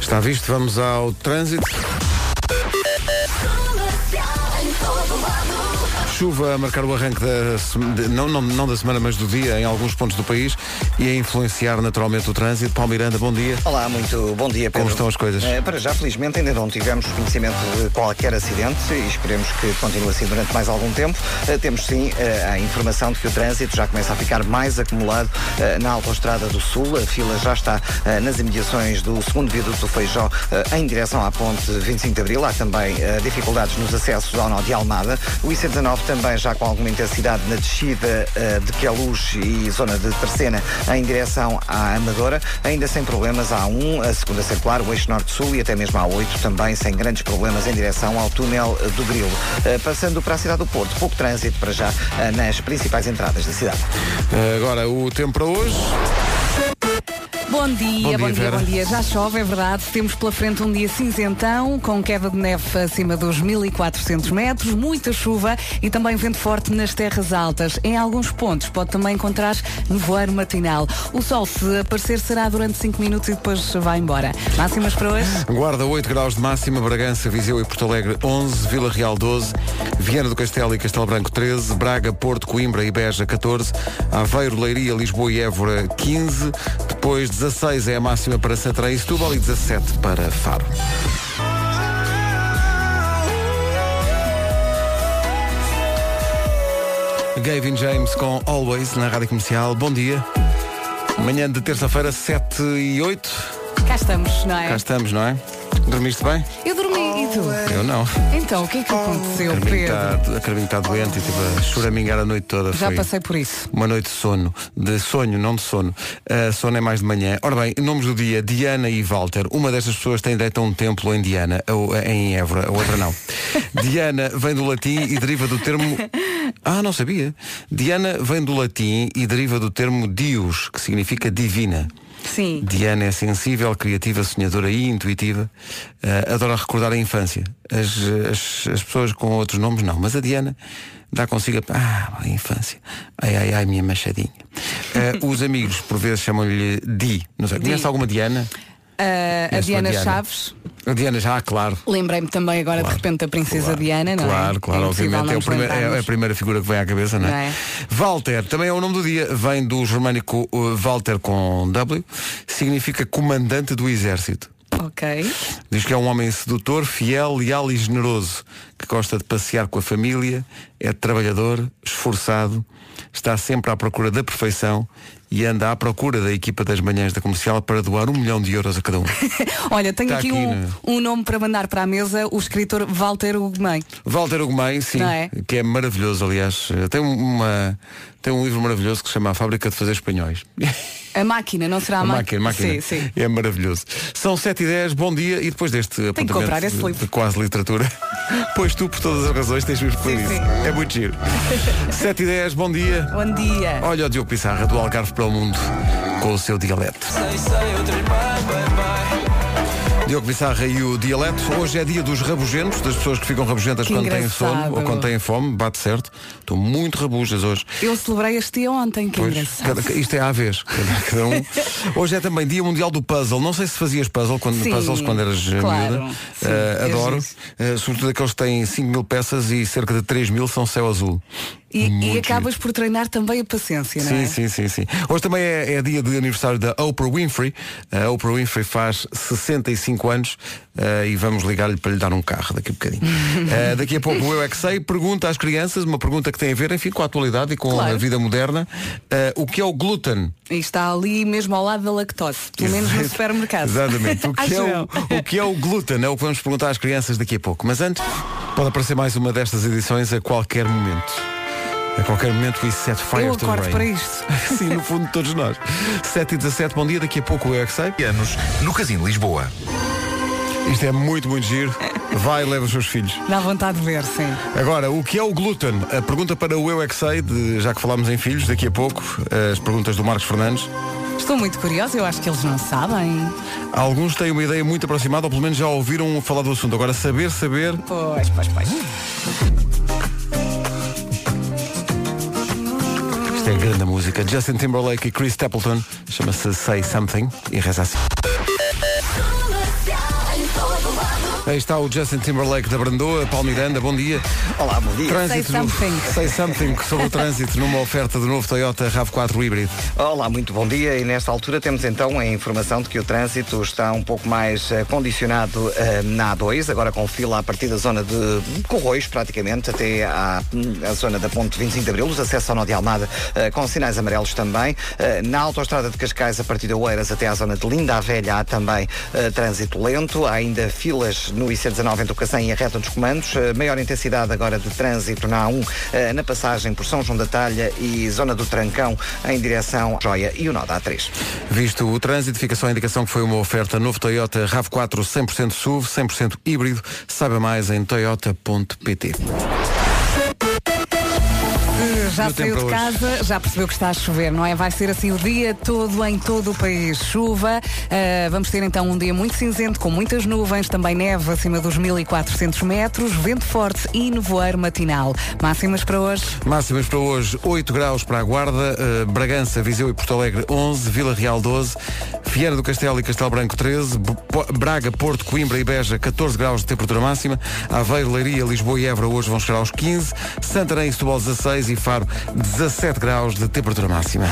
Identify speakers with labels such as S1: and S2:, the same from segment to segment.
S1: Está visto, vamos ao trânsito. Chuva a marcar o arranque da, sema- de- não, não, não da semana, mas do dia em alguns pontos do país e a influenciar naturalmente o trânsito. Paulo Miranda, bom dia.
S2: Olá, muito bom dia, Pedro.
S1: Como estão as coisas?
S2: Eh, para já, felizmente, ainda não tivemos conhecimento de qualquer acidente e esperemos que continue assim durante mais algum tempo. Eh, temos sim eh, a informação de que o trânsito já começa a ficar mais acumulado eh, na Autostrada do Sul. A fila já está eh, nas imediações do segundo viaduto do Feijó eh, em direção à ponte 25 de Abril. Há também eh, dificuldades nos acessos ao nó de Almada. O IC19 também já com alguma intensidade na descida eh, de Queluz e zona de Terceira em direção à Amadora, ainda sem problemas à 1, a segunda circular, o eixo norte-sul e até mesmo à 8 também sem grandes problemas em direção ao túnel eh, do Grilo. Eh, Passando para a cidade do Porto, pouco trânsito para já eh, nas principais entradas da cidade.
S1: Eh, Agora o tempo para hoje.
S3: Bom dia,
S1: Bom
S3: bom dia,
S1: dia, Vera.
S3: bom dia. Já chove, é verdade. Temos pela frente um dia cinzentão, com queda de neve acima dos 1.400 metros, muita chuva e também vento forte nas terras altas. Em alguns pontos pode também encontrar nevoeiro matinal. O sol, se aparecer, será durante 5 minutos e depois vai embora. Máximas para hoje?
S1: Guarda 8 graus de máxima, Bragança, Viseu e Porto Alegre 11, Vila Real 12, Viana do Castelo e Castelo Branco 13, Braga, Porto, Coimbra e Beja 14, Aveiro, Leiria, Lisboa e Évora 15, depois 16 é a máxima para Santarém e Setúbal e 17 para Faro. Gavin James com Always na Rádio Comercial. Bom dia. Manhã de terça-feira, 7 e 8.
S3: Cá estamos, não
S1: Cá
S3: é?
S1: estamos, não é? Dormiste bem?
S3: Eu dormi e tu?
S1: Eu não.
S3: Então, o que é que aconteceu,
S1: Carminho
S3: Pedro?
S1: está, a Carminho está doente e teve a choramingar a noite toda.
S3: Já
S1: Foi
S3: passei por isso.
S1: Uma noite de sono. De sonho, não de sono. Ah, sono é mais de manhã. Ora bem, nomes do dia, Diana e Walter. Uma destas pessoas tem direito a um templo em Diana, ou eh, em Évora, a outra não. Diana vem do latim e deriva do termo. Ah, não sabia. Diana vem do latim e deriva do termo dius, que significa divina.
S3: Sim.
S1: Diana é sensível, criativa, sonhadora e intuitiva. Ah, adora recordar a infância. As, as- as pessoas com outros nomes não, mas a Diana dá consigo a... Ah, a infância. Ai, ai, ai, minha machadinha. Ah, os amigos, por vezes, chamam-lhe Di. Não sei, conhece alguma Diana?
S3: Ah, a
S1: Conhece uma
S3: Diana Chaves.
S1: A Diana já, claro.
S3: Lembrei-me também agora
S1: Claro,
S3: de repente da Princesa
S1: claro,
S3: Diana, não é?
S1: Claro, claro,
S3: impossível
S1: obviamente.
S3: não
S1: É, o
S3: nos
S1: primeiro- é- é a
S3: lembrarmos.
S1: primeira figura que vem à cabeça, não é?
S3: Não é?
S1: Walter, também é o nome do dia, vem do germânico uh, Walter com W, significa comandante do exército.
S3: Ok.
S1: Diz que é um homem sedutor, fiel, leal e generoso, que gosta de passear com a família, é trabalhador, esforçado, está sempre à procura da perfeição e anda à procura da equipa das manhãs da comercial para doar um milhão de euros a cada um.
S3: Olha, tenho
S1: Está
S3: aqui,
S1: aqui,
S3: um,
S1: né?
S3: um nome para mandar para a mesa, o escritor Walter Ugumem.
S1: Walter Ugumem, sim,
S3: Não é?
S1: que é maravilhoso, aliás. Tem, uma, tem um livro maravilhoso que se chama A Fábrica de Fazer Espanhóis.
S3: A máquina, não será a,
S1: A
S3: ma-
S1: máquina, máquina.
S3: Sim, sim.
S1: É maravilhoso. São 7 e 10 bom dia. E depois deste
S3: que comprar
S1: apontamento
S3: esse
S1: de,
S3: livro.
S1: de quase literatura, pois tu, por todas as razões, tens mesmo por
S3: Sim,
S1: isso.
S3: sim.
S1: É muito giro. 7 e 10 bom dia.
S3: Bom dia.
S1: Olha o Diogo Pissarra, do Algarve para o Mundo, com o seu dialeto. Diogo Pissarra e o dialeto. Hoje é dia dos rabugentos, das pessoas que ficam rabugentas
S3: Que
S1: quando têm
S3: engraçado.
S1: sono ou quando têm fome. Bate certo. Estou muito rabujas hoje.
S3: Eu celebrei este dia ontem, que
S1: Pois,
S3: engraçado.
S1: cada- isto é à vez. Cada, cada um. Hoje é também Dia Mundial do Puzzle. Não sei se fazias puzzle quando,
S3: Sim,
S1: puzzles quando eras eh,
S3: claro.
S1: miúda.
S3: Sim,
S1: Eh,
S3: eu
S1: adoro.
S3: fiz.
S1: Eh, sobretudo aqueles que têm 5 mil peças e cerca de 3 mil são céu azul.
S3: E, e
S1: Muito
S3: acabas por treinar também a paciência, não
S1: Sim,
S3: é?
S1: sim, sim, sim. Hoje também é, é dia de aniversário da Oprah Winfrey. A Oprah Winfrey faz 65 anos eh, e vamos ligar-lhe para lhe dar um carro daqui a bocadinho. Eh, daqui a pouco o Eu É Que Sei pergunta às crianças, uma pergunta que tem a ver, enfim, com a atualidade e com a
S3: Claro.
S1: vida moderna, eh, o que é o glúten?
S3: E está ali mesmo ao lado da lactose, pelo menos no
S1: Exato.
S3: supermercado.
S1: Exatamente. O que,
S3: Acho
S1: é
S3: eu.
S1: o, o que é o glúten? É o que vamos perguntar às crianças daqui a pouco. Mas antes, pode aparecer mais uma destas edições a qualquer momento. A qualquer momento we set fire
S3: Eu
S1: to
S3: acordo
S1: rain.
S3: para isto.
S1: Sim, no fundo todos nós. 7 e 17, bom dia, daqui a pouco o Eu é que sei.
S4: anos no Casino Lisboa.
S1: Isto é muito, muito giro. Vai, leva os seus filhos.
S3: Dá vontade de ver, sim.
S1: Agora, o que é o glúten? A pergunta para o Eu é que sei, de- já que falámos em filhos, daqui a pouco, as perguntas do Marcos Fernandes.
S3: Estou muito curiosa, eu acho que eles não sabem.
S1: Alguns têm uma ideia muito aproximada, ou pelo menos já ouviram falar do assunto. Agora, saber, saber,
S3: Pois, pois, pois.
S1: Isto é grande música. Justin Timberlake e Chris Stapleton chama-se Say Something e reza assim. Aí está o Justin Timberlake da Brandoa, Paulo Miranda, bom dia.
S2: Olá, bom dia.
S1: Trânsito
S3: Say something.
S1: No... Say something sobre o trânsito numa oferta do novo Toyota RAV4 híbrido.
S2: Olá, muito bom dia. E nesta altura temos então a informação de que o trânsito está um pouco mais eh, condicionado eh, na A2, agora com fila a partir da zona de Corroios, praticamente, até à, hum, à zona da Ponte 25 de Abril, os acessos ao Nó de Almada eh, com sinais amarelos também. Eh, na autoestrada de Cascais, a partir de Oeiras até à zona de Linda a Velha, há também eh, trânsito lento. Há ainda filas no IC19 entre o Cacém e a Reta dos Comandos. Eh, maior intensidade agora de trânsito na A1, eh, na passagem por São João da Talha e zona do Trancão, em direção à Joia e o Nó da A3.
S1: Visto o trânsito, fica só a indicação que foi uma oferta novo Toyota RAV4 100% SUV, 100% híbrido. Saiba mais em toyota.pt.
S3: Se já
S1: No tempo
S3: saiu de
S1: hoje.
S3: casa, já percebeu que está a chover, não é? Vai ser assim o dia todo em todo o país. Chuva. Ah, vamos ter então um dia muito cinzento, com muitas nuvens, também neve acima dos 1400 metros, vento forte e nevoeiro matinal. Máximas para hoje.
S1: Máximas para hoje, 8 graus para a Guarda, eh, Bragança, Viseu e Porto Alegre 11, Vila Real 12, Vieira do Castelo e Castelo Branco 13, B- Po- Braga, Porto, Coimbra e Beja 14 graus de temperatura máxima, Aveiro, Leiria, Lisboa e Évora hoje vão chegar aos 15, Santarém e Setúbal 16 e Faro 17 graus de temperatura máxima.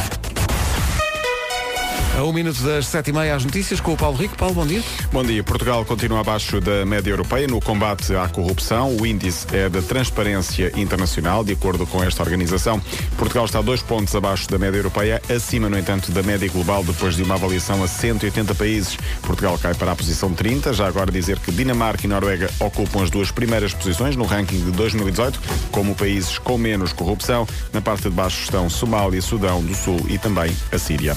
S1: A um minuto das sete e meia às notícias com o Paulo Rico. Paulo, bom dia.
S5: Bom dia. Portugal continua abaixo da média europeia no combate à corrupção. O índice é da Transparência Internacional, de acordo com esta organização. Portugal está dois pontos abaixo da média europeia, acima, no entanto, da média global, depois de uma avaliação a 180 países. Portugal cai para a posição 30. Já agora dizer que Dinamarca e Noruega ocupam as duas primeiras posições no ranking de 2018, como países com menos corrupção. Na parte de baixo estão Somália, Sudão do Sul e também a Síria.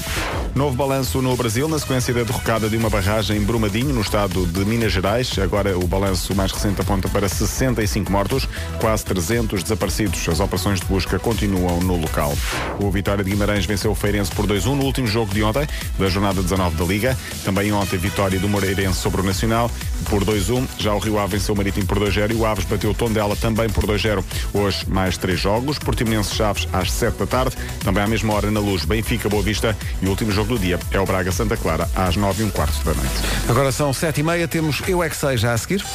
S5: Novo balanço no Brasil, na sequência da derrocada de uma barragem em Brumadinho, no estado de Minas Gerais. Agora o balanço mais recente aponta para 65 mortos, quase 300 desaparecidos. As operações de busca continuam no local. O Vitória de Guimarães venceu o Feirense por 2-1 no último jogo de ontem, da jornada 19 da Liga. Também ontem, vitória do Moreirense sobre o Nacional por 2-1. Já o Rio Ave venceu o Marítimo por 2-0 e o Aves bateu o Tondela também por 2-0. Hoje, mais três jogos. Portimonense-Chaves às 7 da tarde. Também à mesma hora, na Luz, Benfica-Boa Vista. E o último jogo do dia é o Braga-Santa Clara às 9 e um quarto da noite.
S1: Agora são sete e meia, temos Eu É Que Sei já a seguir.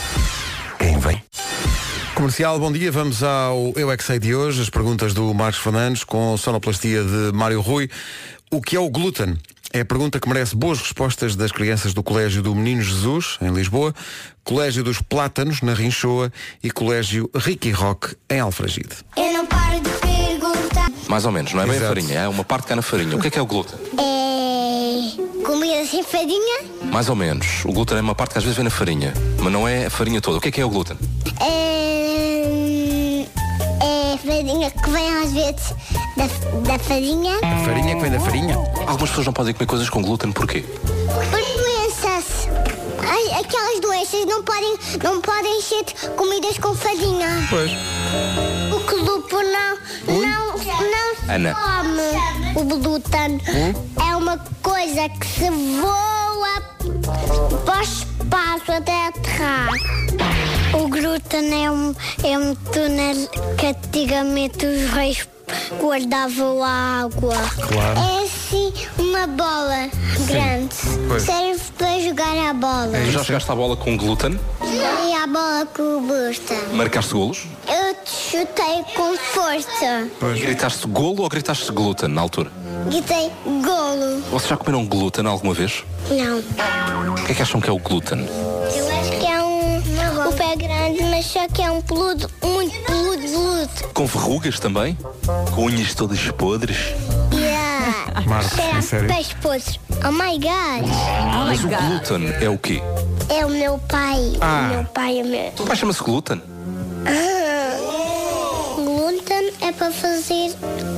S4: Quem vem?
S1: Comercial, bom dia. Vamos ao Eu é que sei de hoje, as perguntas do Marcos Fernandes com sonoplastia de Mário Rui. O que é o glúten? É a pergunta que merece boas respostas das crianças do Colégio do Menino Jesus, em Lisboa, Colégio dos Plátanos, na Rinchoa, e Colégio Ricky Rock, em Alfragide.
S6: Eu não paro de perguntar.
S7: Mais ou menos, não é bem
S1: Exato.
S7: a farinha, é uma parte que há na farinha. O que é que é o glúten?
S6: É. Comida sem farinha?
S7: Mais ou menos. O glúten é uma parte que às vezes vem na farinha, mas não é a farinha toda. O que é que é o glúten?
S6: É. É farinha que vem às vezes da, da farinha.
S1: Farinha que vem da farinha?
S7: Algumas pessoas não podem comer coisas com glúten, porquê?
S6: Por doenças. Ai, Aquelas doenças não podem, não podem ser comidas com farinha.
S1: Pois.
S6: O que lupo não, não, não se
S7: Ana.
S6: come. O glúten é uma coisa que se voa para o espaço até aterrar. O glúten é um, é um túnel que antigamente os reis guardavam a água.
S1: Claro.
S6: É assim uma bola grande.
S1: pois.
S6: Serve para jogar a
S1: É
S6: bola.
S7: Tu já chegaste à bola com glúten,
S6: E a bola com o glúten.
S7: marcaste golos,
S6: Eu te chutei com força.
S7: gritaste golo ou gritaste glúten na altura?
S6: Gritei golo.
S7: Vocês já comeram glúten alguma vez?
S6: Não.
S7: O que é que acham que é o glúten?
S6: Eu acho que é um. O pé grande, mas só que é um peludo, muito peludo, peludo.
S7: Com verrugas também? Com unhas todas podres?
S6: Yeah. É,
S1: Marcos, a
S6: Será
S1: sério.
S6: peixe podre. Oh my god.
S7: é Mas o glúten Ah. é o quê?
S6: É o meu pai. O meu pai é meu. Ah.
S7: O pai chama-se glúten.
S6: Glúten é para fazer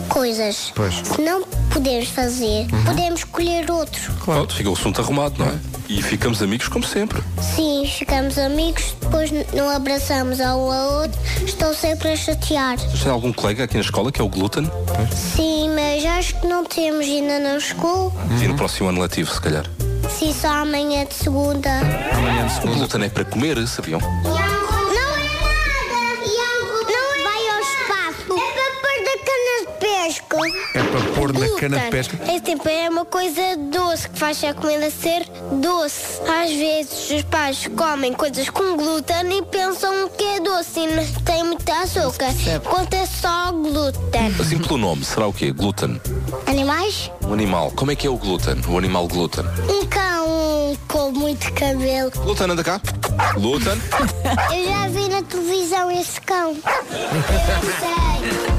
S6: coisas.
S1: Pois.
S6: Se não podemos fazer,
S7: Uhum.
S6: podemos escolher outro.
S7: Pronto, fica o assunto arrumado, não é? E ficamos amigos como sempre.
S6: Sim, ficamos amigos, depois não abraçamos a um ao outro, estou sempre a chatear.
S7: Tens algum colega aqui na escola que é o glúten?
S6: Sim, mas acho que não temos ainda na escola.
S7: E no próximo ano letivo, se calhar.
S6: Sim, só amanhã de segunda.
S7: O glúten é para comer, sabiam?
S6: Não é nada! Não é Vai ao espaço! É para pôr da cana de pesca!
S1: É para pôr na cana de pesca.
S6: É tipo, é uma coisa doce que faz a comida ser doce. Às vezes os pais comem coisas com glúten e pensam que é doce e não tem muito açúcar. Quanto é só glúten.
S7: Assim pelo nome, será o quê? Glúten.
S6: Animais?
S7: Um animal. Como é que é o glúten? O animal glúten.
S6: Um cão com muito cabelo.
S7: Glúten, anda cá. Glúten.
S6: Eu já vi na televisão esse cão. é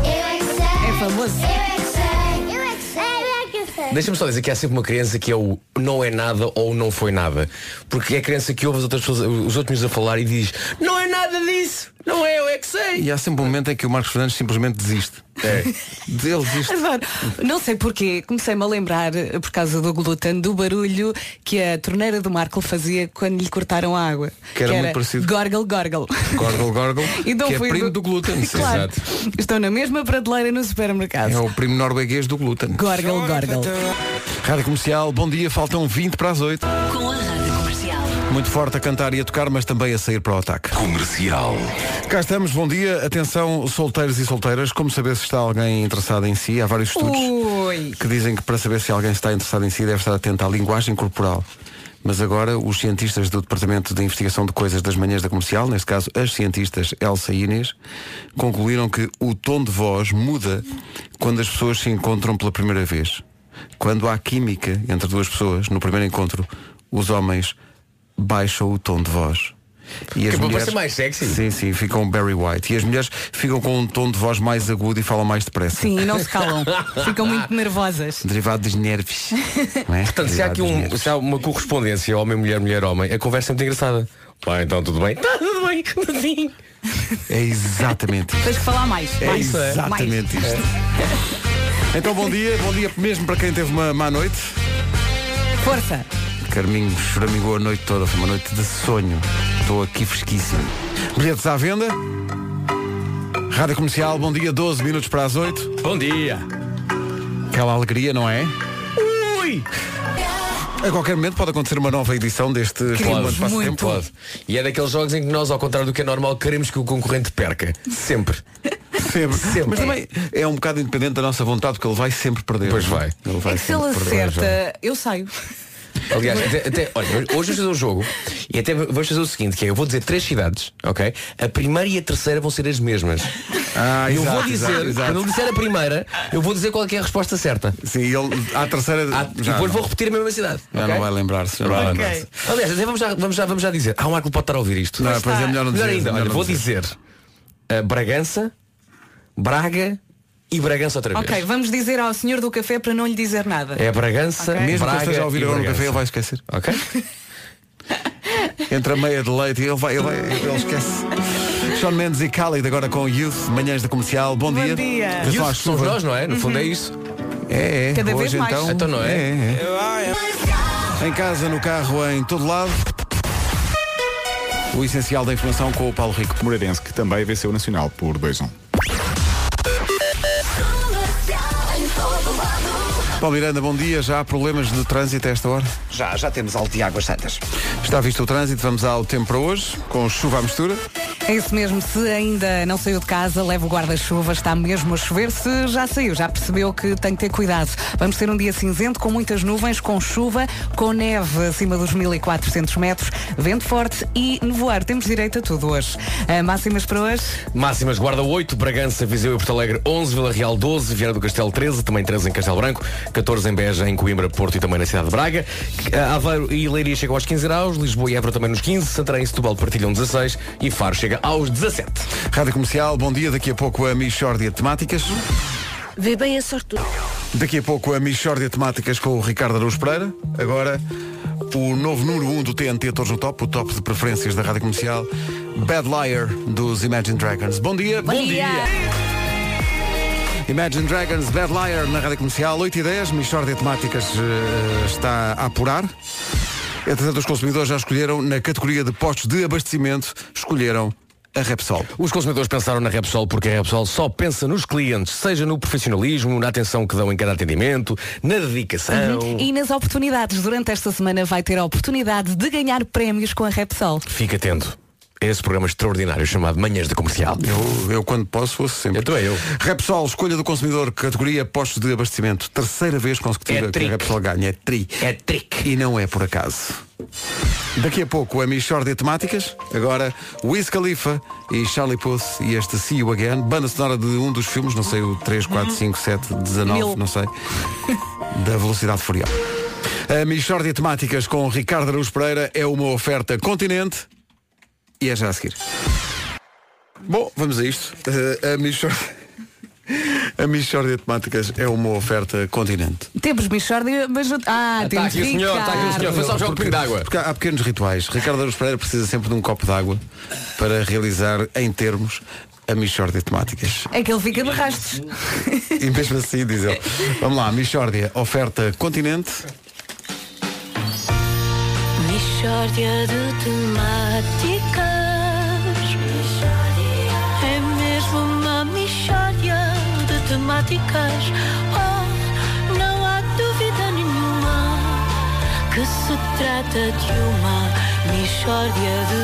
S6: Eu é que sei.
S3: É famoso.
S6: Eu é que sei. Eu é que sei. Eu é que sei.
S8: Deixa-me só dizer que há sempre uma criança que é o não é nada ou não foi nada. Porque é a criança que ouve as outras pessoas, os outros miúdos a falar e diz não é nada disso, não é, eu é que sei.
S1: E há sempre um momento em que o Marcos Fernandes simplesmente desiste. É. Ele desiste.
S3: Adoro. Não sei porquê, comecei-me a lembrar, eh, por causa do glúten, do barulho que a torneira do Marco fazia quando lhe cortaram a água.
S1: Que era muito parecido.
S3: Gorgle, gorgle.
S1: Gorgle, gorgle.
S3: E Dom
S1: que é
S3: Filipe-
S1: primo do glúten.
S3: Claro. Estão na mesma prateleira no supermercado.
S1: É o primo norueguês do glúten.
S3: Gorgle, gorgle.
S1: Rádio Comercial, bom dia, faltam 20 para as 8.
S9: Com a Rádio Comercial.
S1: Muito forte a cantar e a tocar, mas também a sair para o ataque.
S7: Comercial.
S1: Cá estamos, bom dia. Atenção, solteiros e solteiras, como saber se está alguém interessado em si? Há vários estudos
S3: Ui.
S1: que dizem que para saber se alguém está interessado em si deve estar atento à linguagem corporal. Mas agora os cientistas do Departamento de Investigação de Coisas das Manhãs da Comercial, neste caso as cientistas Elsa e Inês, concluíram que o tom de voz muda quando as pessoas se encontram pela primeira vez. Quando há química entre duas pessoas, no primeiro encontro, os homens baixam o tom de voz. E as
S8: para parecer mais sexy.
S1: Sim, sim, ficam Barry White. E as mulheres ficam com um tom de voz mais agudo e falam mais depressa.
S3: Sim, e não se calam. Ficam muito nervosas.
S1: Derivado dos nervos. não é?
S8: Portanto, se há
S1: Derivado
S8: aqui
S1: dos
S8: um-
S1: nervos.
S8: se há uma correspondência homem, mulher, mulher, homem, a conversa é muito engraçada. Pá, então tudo bem? Tá, tudo bem, sim.
S1: É exatamente isto.
S3: Tens que falar mais.
S1: É
S3: mais, mais. É.
S1: exatamente isto. Então bom dia, bom dia mesmo para quem teve uma má noite.
S3: Força.
S1: Carminho choramingou a noite toda, foi uma noite de sonho. Estou aqui fresquíssimo. Bilhetes à venda. Rádio Comercial, bom dia, 12 minutos para as 8.
S8: Bom dia.
S1: Aquela alegria, não é?
S8: Ui!
S1: A qualquer momento pode acontecer uma nova edição deste Fórum
S8: Pode,
S1: Ano Passa
S8: muito.
S1: Tempo.
S8: pode. E é daqueles jogos em que nós, ao contrário do que é normal, queremos que o concorrente perca. Sempre.
S1: Sempre.
S8: Sempre.
S1: Mas também é um bocado independente da nossa vontade, porque ele vai sempre perder.
S8: Pois vai.
S1: Ele vai
S3: é que se ele
S1: sempre perder.
S3: acerta, eu saio.
S8: Aliás, até, até- olha, hoje vamos fazer um jogo e até vamos fazer o seguinte, que é eu vou dizer três cidades, ok? A primeira e a terceira vão ser as mesmas.
S1: Ah,
S8: eu
S1: exato,
S8: vou dizer,
S1: exato, exato.
S8: quando eu disser a primeira, eu vou dizer qual é, que é a resposta certa.
S1: Sim, ele à terceira.
S8: Ah,
S1: já
S8: depois
S1: não.
S8: vou repetir a mesma cidade.
S1: Já
S8: ok?
S1: não vai lembrar-se. já não vai lembrar-se.
S8: Aliás, até vamos já, vamos, já, vamos já dizer. Ah, o Marco pode estar a ouvir isto.
S1: Não, pois é melhor não dizer.
S8: ainda,
S1: melhor
S8: olha,
S1: não
S8: vou dizer, uh, Bragança, Braga e Bragança outra vez.
S3: Ok, vamos dizer ao senhor do café para não lhe dizer nada.
S8: É Bragança,
S3: Ok.
S1: Mesmo que
S8: Braga
S1: eu esteja a ouvir
S8: e
S1: agora no
S8: Bragança.
S1: café, ele vai esquecer.
S8: Ok?
S1: Entre a meia de leite e ele vai, ele, vai- ele esquece. Sean Mendes e Khalid agora com Youth, manhãs da comercial. Bom,
S3: Bom dia.
S1: Atenção à
S8: Youth,
S1: chuva.
S8: somos
S1: Uhum.
S8: nós, não é? No fundo é isso.
S1: É, é.
S3: Cada vez
S1: Hoje,
S3: mais.
S1: Então,
S8: Então não é?
S1: é. Em casa, no carro, em todo lado. O essencial da informação com o Paulo Rico.
S5: Moreirense, que também venceu o Nacional por 2-1.
S1: Paulo Miranda, bom dia. Já há problemas de trânsito a esta hora?
S2: Já, já temos alto de águas santas.
S1: Está visto o trânsito, vamos ao tempo para hoje, com chuva à mistura.
S3: É isso mesmo, se ainda não saiu de casa, leve o guarda-chuva, está mesmo a chover. Se já saiu, já percebeu que tem que ter cuidado. Vamos ter um dia cinzento, com muitas nuvens, com chuva, com neve acima dos 1400 metros, vento forte e nevoar. Temos direito a tudo hoje. Ah, máximas para hoje?
S8: Máximas Guarda 8, Bragança, Viseu e Porto Alegre 11, Vila Real 12, Vieira do Castelo 13, também 13 em Castelo Branco, 14 em Beja, em Coimbra, Porto e também na cidade de Braga. eh, Aveiro e Leiria chegam aos 15 graus, Lisboa e Évora também nos 15, Santarém e Setúbal partilham 16 e Faro chega aos 17.
S1: Rádio Comercial, bom dia. Daqui a pouco a Michórdia de Temáticas.
S9: Vê bem a sorte.
S1: Daqui a pouco a Michórdia de Temáticas com o Ricardo Araújo Pereira. Agora, o novo número 1 um do TNT Todos no Top, o top de preferências da Rádio Comercial, Bad Liar, dos Imagine Dragons. Bom dia. Bom, Imagine Dragons, Bad Liar, na Rádio Comercial, 8 e 10. Michórdia de Temáticas eh, está a apurar. Entretanto, os consumidores já escolheram, na categoria de postos de abastecimento, escolheram a Repsol.
S8: Os consumidores pensaram na Repsol porque a Repsol só pensa nos clientes, seja no profissionalismo, na atenção que dão em cada atendimento, na dedicação.
S3: Uhum. E nas oportunidades, durante esta semana vai ter a oportunidade de ganhar prémios com a Repsol.
S8: Fica atento. esse programa extraordinário chamado Manhãs de Comercial.
S1: Eu, eu quando posso, fosse sempre.
S8: Eu também, eu.
S1: Repsol, escolha do consumidor, categoria postos de abastecimento. Terceira vez consecutiva
S8: É
S1: que
S8: trick.
S1: a Repsol ganha. É tri.
S8: É trick.
S1: E não é por acaso. Daqui a pouco a Michord de Temáticas. Agora, Wiz Khalifa e Charlie Puth e este See You Again. Banda sonora de um dos filmes, não sei, o 3, 4, 5, 7, 19,
S3: Mil.
S1: não sei. Da Velocidade Furial. A Michord de Temáticas com Ricardo Araújo Pereira é uma oferta continente. E é já a seguir. Bom, vamos a isto. Eh, a Michord... A Michórdia de Temáticas é uma oferta continente.
S3: Temos Michórdia, mas... Ah,
S8: Está
S3: temos
S8: tá aqui o senhor, está aqui o senhor.
S3: Ricardo.
S8: Faça já um pingo de água.
S1: Porque há há pequenos rituais. Ricardo Aruz Pereira precisa sempre de um copo de água para realizar, em termos, a Michórdia de Temáticas.
S3: É que ele fica de rastos.
S1: E mesmo assim, diz ele. Vamos lá, Michórdia, oferta continente.
S9: Michórdia de temáticas. É mesmo uma michórdia de temáticas. Oh, não há dúvida nenhuma que se trata de uma michórdia de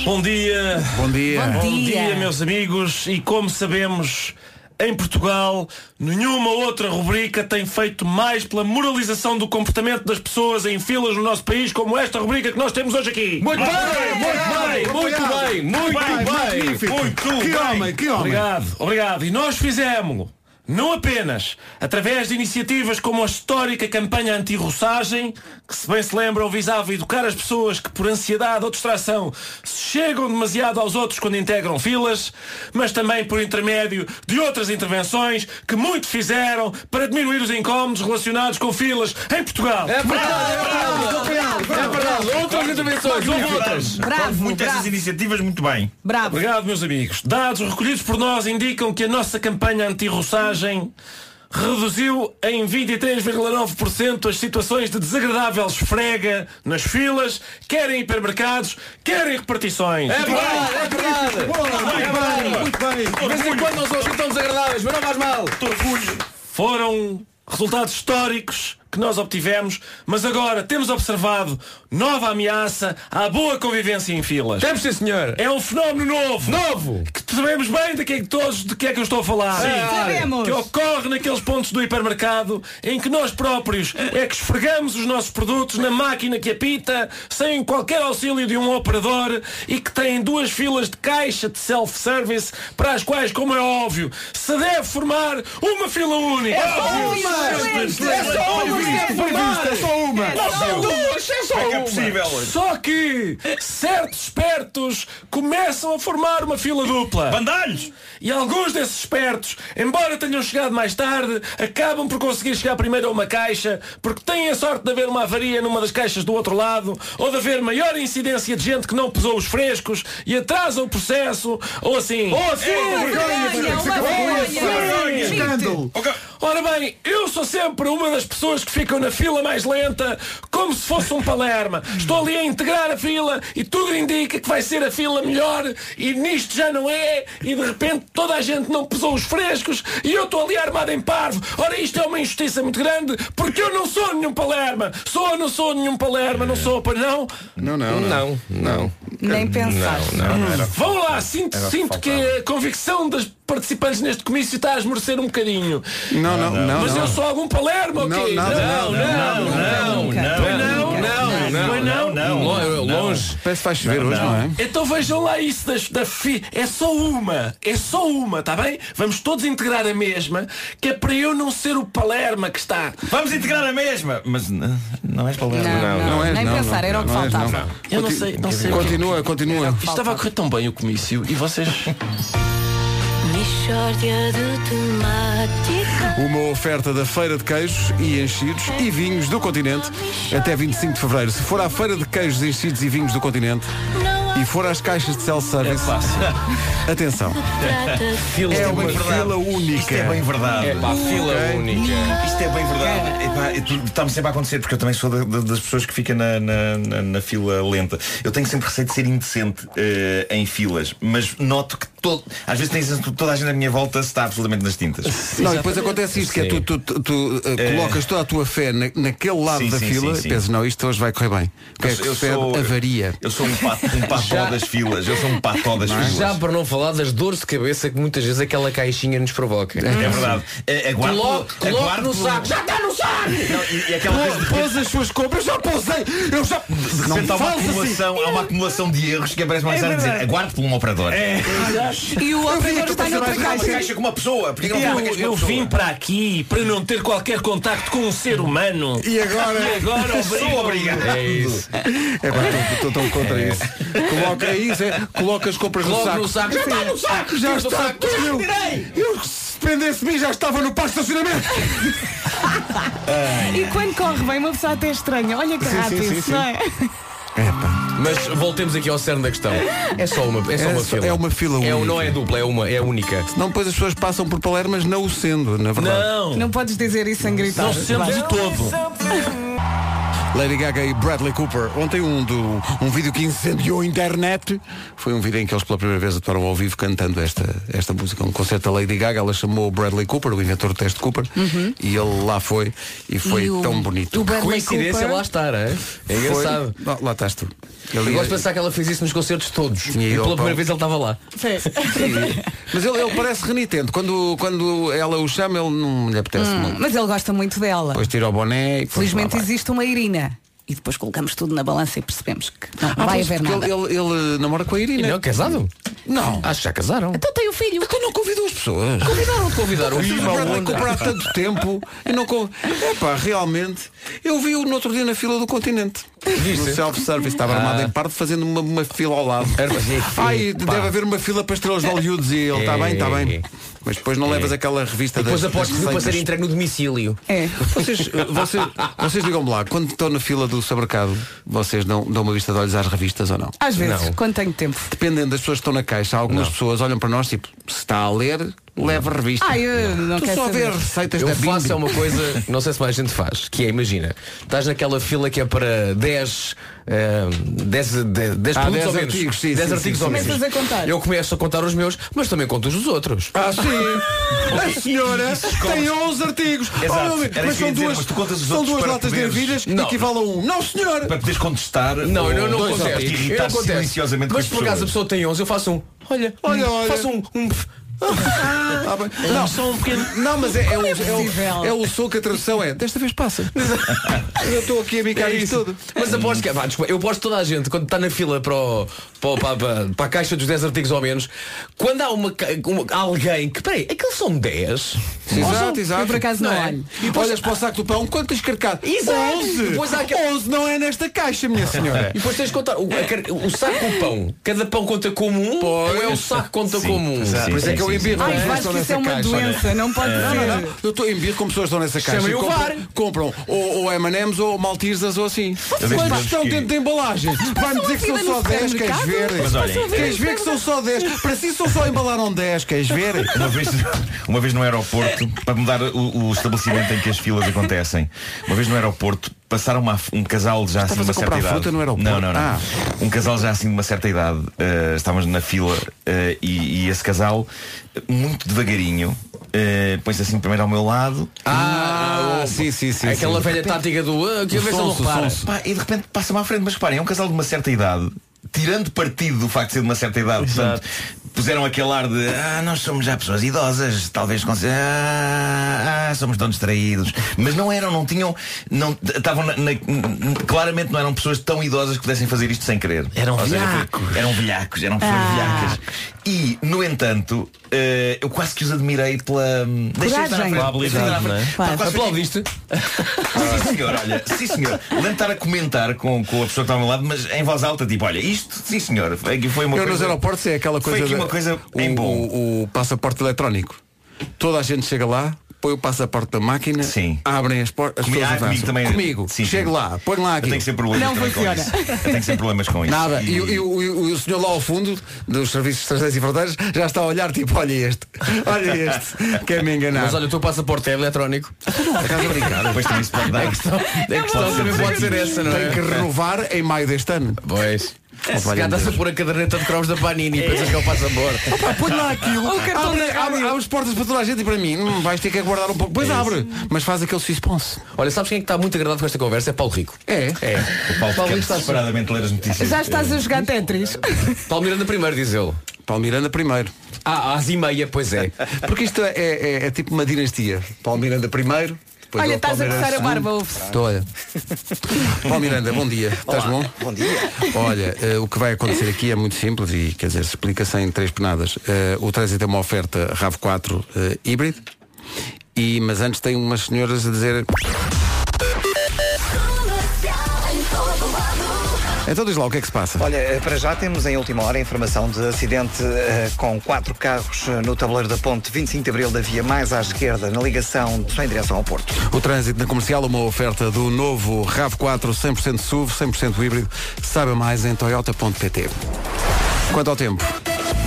S9: temáticas.
S10: Bom dia.
S1: é. Bom dia.
S3: Bom
S10: Bom
S3: dia.
S10: dia, meus amigos. E como sabemos, em Portugal, nenhuma outra rubrica tem feito mais pela moralização do comportamento das pessoas em filas no nosso país como esta rubrica que nós temos hoje aqui.
S8: Muito bem, muito bem, muito bem, muito bem.
S1: magnífico.
S10: Muito
S1: Que
S10: bem.
S1: homem, que homem.
S10: Obrigado, obrigado. E nós fizemos não apenas através de iniciativas como a histórica campanha anti-roçagem, que se bem se lembram visava educar as pessoas que por ansiedade ou distração se chegam demasiado aos outros quando integram filas, mas também por intermédio de outras intervenções que muito fizeram para diminuir os incómodos relacionados com filas em Portugal.
S8: É verdade, é verdade. É verdade. Outras intervenções, houve outras.
S3: Bravo, bravo,
S10: iniciativas, muito bem.
S3: bravo.
S10: Obrigado, meus amigos. Dados recolhidos por nós indicam que a nossa campanha anti-roçagem reduziu em 23,9% as situações de desagradável esfrega nas filas, quer em hipermercados, quer em repartições.
S8: É verdade, é verdade.
S1: Muito bem.
S8: De vez em quando nós somos tão desagradáveis, mas não faz mal.
S10: Foram resultados históricos que nós obtivemos, mas agora temos observado nova ameaça à boa convivência em filas.
S8: Temos sim, senhor.
S10: É um fenómeno novo.
S8: Novo.
S10: que sabemos bem de quem todos de que é que eu estou a falar.
S3: Sabemos.
S10: Que ocorre naqueles pontos do hipermercado em que nós próprios é que esfregamos os nossos produtos na máquina que apita, sem qualquer auxílio de um operador e que tem duas filas de caixa de self-service para as quais, como é óbvio, se deve formar uma fila única. É só É é Só que certos espertos começam a formar uma fila dupla. Bandalhos! E alguns desses espertos, embora tenham chegado mais tarde, acabam por conseguir chegar primeiro a uma caixa porque têm a sorte de haver uma avaria numa das caixas do outro lado ou de haver maior incidência de gente que não pesou os frescos e atrasa o processo ou assim. Ou assim!
S1: Escândalo.
S10: Ora bem, eu sou sempre uma das pessoas que ficam na fila mais lenta, como se fosse um Palerma. Estou ali a integrar a fila e tudo indica que vai ser a fila melhor e nisto já não é e de repente toda a gente não pesou os frescos e eu estou ali armado em parvo. Ora, isto é uma injustiça muito grande porque eu não sou nenhum Palerma. Sou ou não sou nenhum Palerma? Não sou, pois não?
S1: Não, não, não.
S8: Não, não.
S3: Nem pensar.
S10: Vão lá, sinto, sinto que a convicção das participantes neste comício está a esmorecer um bocadinho.
S1: Não, não, não.
S10: Mas eu sou algum Palerma ou
S1: Não,
S10: quê?
S1: nada,
S10: não, não,
S8: Não,
S10: não,
S8: É
S10: não, não, não,
S8: Lo- é Longe.
S1: Parece que vai chover hoje, não, é?
S10: Então vejam lá isso das, da fi... É só uma, é só uma, tá bem? Vamos todos integrar a mesma, que é para eu não ser o Palerma que está.
S11: Vamos integrar a mesma! Mas n- não és
S3: Não,
S11: palermo.
S3: não,
S1: Não és,
S3: nem
S1: não,
S3: pensar,
S1: não,
S3: era o que
S1: não és,
S3: faltava.
S1: não.
S10: Eu não sei, não sei. o que- é.
S1: Continua, continua.
S10: Isto Estava a correr tão bem o comício e vocês.
S9: Michórdia de temáticas.
S1: Uma oferta da Feira de Queijos e Enchidos e Vinhos do Continente até 25 de Fevereiro. Se for à Feira de Queijos, Enchidos e Vinhos do Continente
S9: Não há
S1: e for às caixas de
S11: É
S1: self-service, atenção,
S9: trata
S1: é uma
S11: bem verdade.
S1: fila
S11: Isto é bem
S1: única.
S11: verdade.
S8: É pá, fila única.
S11: Isto é bem verdade. Epá, e tu- Está-me sempre a acontecer, porque eu também sou da- da- das pessoas que fica na, na- na- na fila lenta. Eu tenho sempre receio de ser indecente eh, em filas, mas noto que todo. Às vezes tens toda a gente à minha volta está absolutamente nas tintas.
S1: Não, e depois acontece isto, que é tu, tu- tu- tu, eh,
S11: É.
S1: colocas toda a tua fé na- naquele lado
S11: Sim,
S1: da
S11: sim,
S1: fila
S11: sim, sim.
S1: e pensas, não, isto hoje vai correr bem. O que é que sucede? Avaria.
S11: Eu sou um, pato, um pató
S8: Já-
S11: das filas. Eu sou um pató
S1: é?
S11: das filas.
S8: Já para não falar das dores de cabeça que muitas vezes aquela caixinha nos provoca.
S11: É verdade. É- é guardo-
S8: Coloque-
S11: é
S8: coloque
S11: guardo-
S8: no saco. Já está no saco!
S11: Não, e- e aquela coisa de-
S1: Pôs as suas compras, já pousei, eu já.
S11: De
S1: Não
S11: repente há uma,
S1: fales assim. É
S11: acumulação, há uma acumulação de erros que aparece uma mensagem a dizer
S1: verdade.
S11: aguarde por um operador.
S12: É.
S3: E o
S11: Eu vi
S3: operador
S11: que
S3: está
S11: apareceu
S3: noutra
S11: mais uma
S3: caixa.
S11: caixa com uma pessoa. Porquê que não tem uma
S12: Eu,
S11: caixa com
S12: eu
S11: uma pessoa?
S12: vim para aqui para não ter qualquer contacto com um ser humano.
S1: E agora?
S12: E agora
S11: Sou obrigado.
S12: obrigam-me.
S11: É isso. É.
S1: É pá, estou tão contra isso. Coloca é isso, é, coloca as compras no
S8: Coloque
S1: saco.
S8: no saco.
S1: Já está
S8: no saco!
S1: Já
S8: Tira do
S1: está
S8: saco.
S1: tudo. Eu, eu, se prendesse mim já estava no parque de estacionamento.
S3: E quando corre bem, uma pessoa até estranha. Olha que
S1: Sim, sim,
S3: rápido,
S1: sim,
S3: isso,
S1: sim.
S3: não é?
S8: Mas voltemos aqui ao cerne da questão. É só uma, é só
S1: É
S8: uma
S1: só-
S8: fila.
S1: é uma fila
S8: É,
S1: única.
S8: não é dupla, é uma, é única.
S1: Não, pois as pessoas passam por Palermas não o sendo, na verdade.
S12: Não,
S3: Não podes dizer isso sem gritar.
S12: não sendo de todo.
S1: Lady Gaga e Bradley Cooper. Ontem um, do, um vídeo que incendiou a internet foi um vídeo em que eles pela primeira vez atuaram ao vivo cantando esta, esta música. Um concerto da Lady Gaga, ela chamou o Bradley Cooper, o inventor do teste Cooper, e ele lá foi e foi
S3: Uhum. E o-
S1: tão bonito.
S3: o Bradley
S8: Coincidência
S3: Cooper-
S8: lá estar, é? É
S1: Foi-
S8: engraçado.
S1: Lá, lá estás tu.
S8: Eu
S1: Ele-
S8: gosto de pensar que ela fez isso nos concertos todos. E,
S1: E eu,
S8: pela
S1: pá,
S8: primeira vez ele estava lá.
S1: Mas ele, ele parece renitente. Quando, quando ela o chama, ele não lhe apetece muito.
S3: Hum, Mas ele gosta muito dela.
S1: Depois tira o boné e depois
S3: Felizmente
S1: lá vai.
S3: existe uma Irina. E depois colocamos tudo na balança e percebemos que não
S1: Ah,
S3: vai
S1: pois,
S3: haver
S1: porque
S3: nada.
S1: Ele, ele, ele namora com a Irina.
S8: Não, é casado?
S1: Não.
S8: Acho que já é casaram.
S3: Então tem o filho.
S1: Então não convidou as pessoas.
S8: Convidaram, convidaram.
S1: Vocês não podem comprar tanto tempo. Eu não com... Epá, realmente. Eu vi-o no outro dia na fila do continente. No self-service. Estava armado em parte fazendo uma, uma fila ao lado.
S8: Ah. Era- Epá.
S1: Ai, deve haver uma fila para estrelas de Hollywood e ele está bem, está bem. Mas depois não levas aquela revista
S8: É. Depois
S1: das,
S8: aposto que viu para
S1: das
S8: ser
S1: receitas.
S8: entregue no domicílio.
S3: É.
S1: Vocês, eh, vocês, vocês digam-me lá, quando estão na fila do supermercado, vocês dão, dão uma vista de olhos às revistas ou não?
S3: Às vezes,
S8: Não.
S3: quando tenho tempo.
S1: Dependendo das pessoas que estão na caixa, algumas pessoas olham para nós tipo, se está a ler, leva a revista.
S3: Ah, eu não,
S1: tu
S3: quero
S1: só
S3: saber.
S1: vês receitas da
S8: Eu
S1: Bimbi.
S8: faço é uma coisa, não sei se mais gente faz, que é, imagina, estás naquela fila que é para 10 eh, 10 de- 10
S1: Ah,
S8: produtos
S1: 10
S8: ou menos.
S1: artigos, sim,
S8: 10
S1: sim,
S8: artigos
S1: sim,
S8: ou
S1: sim,
S8: menos.
S3: sim. Começas a contar.
S8: Eu começo a contar os meus, mas também conto os dos outros.
S1: Ah, sim! A senhora tem 11 artigos!
S11: Exato.
S1: Olha, mas
S11: Era isso que eu
S1: são
S11: ia dizer,
S1: duas,
S11: mas tu contas os
S1: são
S11: outros
S1: duas
S11: para
S1: latas de
S11: poderes-
S1: ervilhas que
S8: Não.
S1: equivale a um. Não, senhor!
S11: Para poderes contestar.
S8: Não,
S11: ou
S8: eu não, não
S11: dois, ou
S8: contesto.
S11: te
S8: Eu
S11: irritar
S8: não contesto.
S11: silenciosamente
S8: Mas
S11: com
S8: por
S11: as
S8: acaso a
S11: pessoas.
S8: pessoa tem 11, eu faço um. Olha,
S1: Olha, hum,
S8: um,
S1: olha.
S8: Faço um. um
S1: Ah, bem. não,
S12: Só um pequeno.
S1: não, mas é, é, o, é,
S3: possível?
S1: o, é o som que a tradução é. Desta vez passa. Eu estou aqui a bicar isto tudo.
S8: Mas aposto que, vá, desculpa, eu aposto toda a gente, quando está na fila para, o- para, o- para- para- para a caixa dos 10 artigos ou menos, quando há uma, ca- uma- alguém que, peraí, aqueles são 10?
S1: Exato, exato.
S3: Eu por acaso não,
S8: Não é?
S3: olho.
S1: E depois olhas para o saco do pão, quanto tens carcado?
S8: Exato.
S1: 11!
S8: Depois há aquela-
S1: 11 não é nesta caixa, minha senhora.
S8: E depois tens de contar o, a car- o saco com o pão. Cada pão conta como um, ou é o saco que conta como um.
S11: exato.
S1: Por isso é
S11: Sim,
S1: que eu
S11: sim,
S1: embirro
S3: Ai,
S1: com as pessoas
S3: Vasco,
S1: que
S3: isso é
S1: estão
S3: uma
S1: nessa caixa. É.
S3: doença, não pode ser.
S1: Não, não, Eu estou em birro com pessoas que estão nessa caixa.
S8: Chamem
S1: e
S8: o
S1: compram-
S8: VAR.
S1: Compram, ou, ou M&M's ou Maltesas ou assim. Quantos
S11: sabes
S1: estão
S11: que-
S1: dentro da embalagem? Vai-me dizer que
S3: vida
S1: são só
S3: no
S1: 10, queres
S3: supermercado?
S1: ver?
S11: Mas olhem,
S1: Queres ver que são só 10? Para si só só embalaram 10, queres ver?
S11: Uma vez, uma vez no aeroporto, para mudar o, o estabelecimento em que as filas acontecem, uma vez no aeroporto passaram uma, um casal já assim de
S1: Estavas
S11: uma
S1: a comprar
S11: certa idade.
S1: fruta no aeroporto?
S11: Não, não, não.
S1: Ah.
S11: Um casal já assim de uma certa idade. eh, estávamos na fila eh, e, e esse casal, eh, muito devagarinho, eh, põe-se assim primeiro ao meu lado
S1: Ah, sim, sim, sim.
S8: Aquela
S1: sim.
S8: velha tática do ah, que a
S1: O
S8: vez ele não
S1: sonso, o
S8: repara.
S1: sonso.
S11: Pá, e de repente passa-me à frente, mas reparem, é um casal de uma certa idade, tirando partido do facto de ser de uma certa idade, portanto, puseram aquele ar de ah, nós somos já pessoas idosas, talvez com ah, ah, somos tão distraídos. Mas não eram, não tinham, não estavam na- na- n- claramente não eram pessoas tão idosas que pudessem fazer isto sem querer.
S12: Eram
S11: Ou seja, foi-
S12: velhacos.
S11: eram velhacos, eram pessoas
S3: Ah.
S11: velhacas. E, no entanto, eh, eu quase que os admirei pela. hum, Deixa eu estar à
S3: Coragem.
S11: frente.
S3: Pela
S12: habilidade,
S11: Deixa eu estar à
S12: não é?
S11: frente. Pá,
S3: Claro.
S11: quase fiquei-
S8: Aplaudiste?
S11: Sim senhor, olha, sim senhor. Lembro de estar a comentar com, com a pessoa que está ao meu lado, mas em voz alta, tipo, olha, isto, sim senhor, foi, aqui foi uma
S1: Eu nos
S11: coisa.
S1: aeroportos é aquela
S11: Foi
S1: coisa.
S11: aqui
S1: da-
S11: uma coisa
S1: o,
S11: em bom.
S1: O, o passaporte eletrónico. Toda a gente chega lá, põe o passaporte na máquina,
S11: Sim.
S1: abrem as portas, as
S11: Comi-
S1: pessoas
S11: ah,
S1: avançam.
S11: comigo também.
S1: Comigo,
S11: Sim, sim.
S1: chego
S3: Ah,
S1: lá, põe lá
S11: Eu
S1: aqui.
S11: tenho sempre problemas
S3: Não
S11: também com
S3: funciona.
S11: isso. Eu tenho sempre problemas com isso.
S1: Nada. E, e o- e o, e o senhor lá ao fundo, dos serviços de estrangeiros e fronteiras, já está a olhar tipo, olha este, olha este, quer me enganar.
S8: Mas olha, o teu passaporte é eletrónico.
S11: Estás a brincar, depois também se pode
S1: É
S11: dar.
S8: É que só também pode ser essa, não
S1: Tem
S8: é?
S1: que renovar em maio deste ano.
S8: Pois.
S1: Não
S8: Se
S1: valha um
S8: calhar estás a
S1: Deus.
S8: pôr a caderneta de cromos da Panini Pensas que é o passaporte
S1: Opa, põe lá aquilo. Ah.
S8: Ou o cartão
S1: abre,
S8: da
S1: abre, abre as portas para toda a gente e para mim. Hum, vais ter que aguardar um pouco. Pois abre. Mas faz aquele suspense.
S8: É Olha, sabes quem é que está muito agradado com esta conversa? É Paulo Rico
S1: É?
S8: É
S11: O Paulo, Paulo está separadamente ler as notícias.
S3: Já estás a
S1: É.
S3: jogar Tetris.
S8: Paulo Miranda primeiro, diz ele
S1: Paulo Miranda primeiro
S8: Ah, às e meia, pois é
S1: Porque isto é, é- é tipo uma dinastia. Paulo Miranda primeiro. depois
S3: Olha,
S1: o Paulo
S3: estás a
S1: Miranda
S3: coçar a
S1: segundo.
S3: barba, ouve-se.
S1: Estou, olha. Paulo Miranda, bom dia. Estás bom?
S2: Bom dia.
S1: Olha, eh, o que vai acontecer aqui é muito simples e, quer dizer, se explica-se em três penadas. Eh, o trânsito é uma oferta RAV4 eh, híbrido, e, mas antes tem umas senhoras a dizer... Então diz lá o que é que se passa.
S2: Olha, eh, para já temos em última hora a informação de acidente eh, com quatro carros eh, no tabuleiro da ponte 25 de Abril da via mais à esquerda, na ligação de- só em direção ao Porto.
S1: O trânsito na comercial, uma oferta do novo RAV4 100% SUV, 100% híbrido. Saiba mais em toyota.pt. Quanto ao tempo,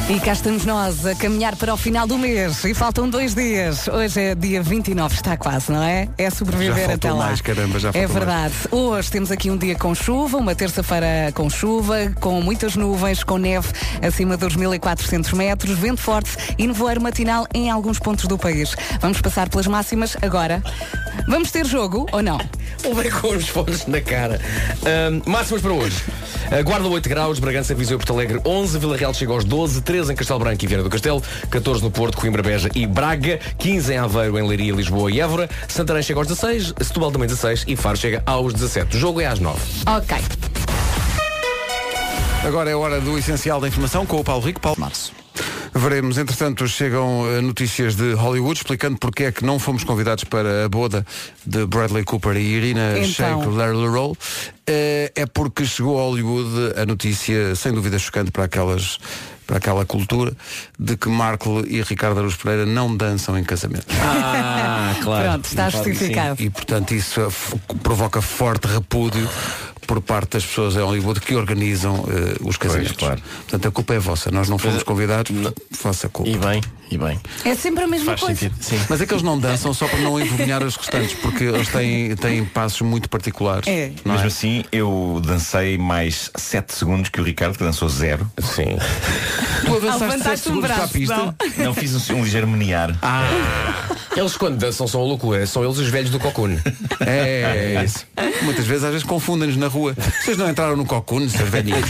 S3: E cá estamos nós a caminhar para o final do mês e faltam dois dias. Hoje é dia 29, está quase, não é? É
S1: Já
S3: sobreviver
S1: faltou
S3: até lá.
S1: mais, caramba, já
S3: é
S1: faltou
S3: verdade. Hoje temos aqui um dia com chuva, uma terça-feira com chuva, com muitas nuvens, com neve acima dos 1400 metros, vento forte e nevoeiro matinal em alguns pontos do país. Vamos passar pelas máximas agora. Vamos ter jogo ou não?
S8: Levei com os fones na cara. Ahm, máximas para hoje. Ah, Guarda 8 graus, Bragança, Viseu e Porto Alegre 11, Vila Real chega aos 12, 13 em Castelo Branco e Vieira do Castelo, 14 no Porto, Coimbra, Beja e Braga, 15 em Aveiro, em Leiria, Lisboa e Évora, Santarém chega aos 16, Setúbal também 16 e Faro chega aos 17. O jogo é às 9.
S3: Ok.
S1: agora é hora do essencial da informação com o Paulo Rico. Paulo Março. Veremos, entretanto, chegam eh, notícias de Hollywood explicando porque é que não fomos convidados para a boda de Bradley Cooper e Irina
S3: Então.
S1: Shayk Leroy. Eh, É porque chegou a Hollywood a notícia, sem dúvida chocante para aquelas para aquela cultura de que Marco e Ricardo Aruz Pereira não dançam em casamento.
S8: Ah,
S3: claro. Pronto, está justificado.
S1: E portanto isso eh, f- provoca forte repúdio por parte das pessoas em Hollywood que organizam eh, os casamentos. Portanto, a culpa é vossa. Nós não fomos convidados, vossa culpa.
S13: E bem, e bem.
S3: É sempre a mesma
S13: Faz
S3: coisa.
S13: sentido. Sim.
S1: Mas é que eles não dançam só para não envergonhar os restantes, porque eles têm, têm passos muito particulares. não é?
S11: Mesmo assim, eu dancei mais 7 segundos que o Ricardo, que dançou zero.
S8: Sim.
S1: Tu
S3: Levantaste
S1: avançaste 7
S3: um
S1: segundos para a
S3: braço,
S1: pista?
S3: não.
S11: Não fiz um, um ligeiro menear.
S13: Ah.
S8: Eles quando dançam são é a loucura, são eles os velhos do Cocoon.
S1: É, é isso. Muitas vezes às vezes confundem-nos na rua. Vocês não entraram no cocuno, seus velhinhos.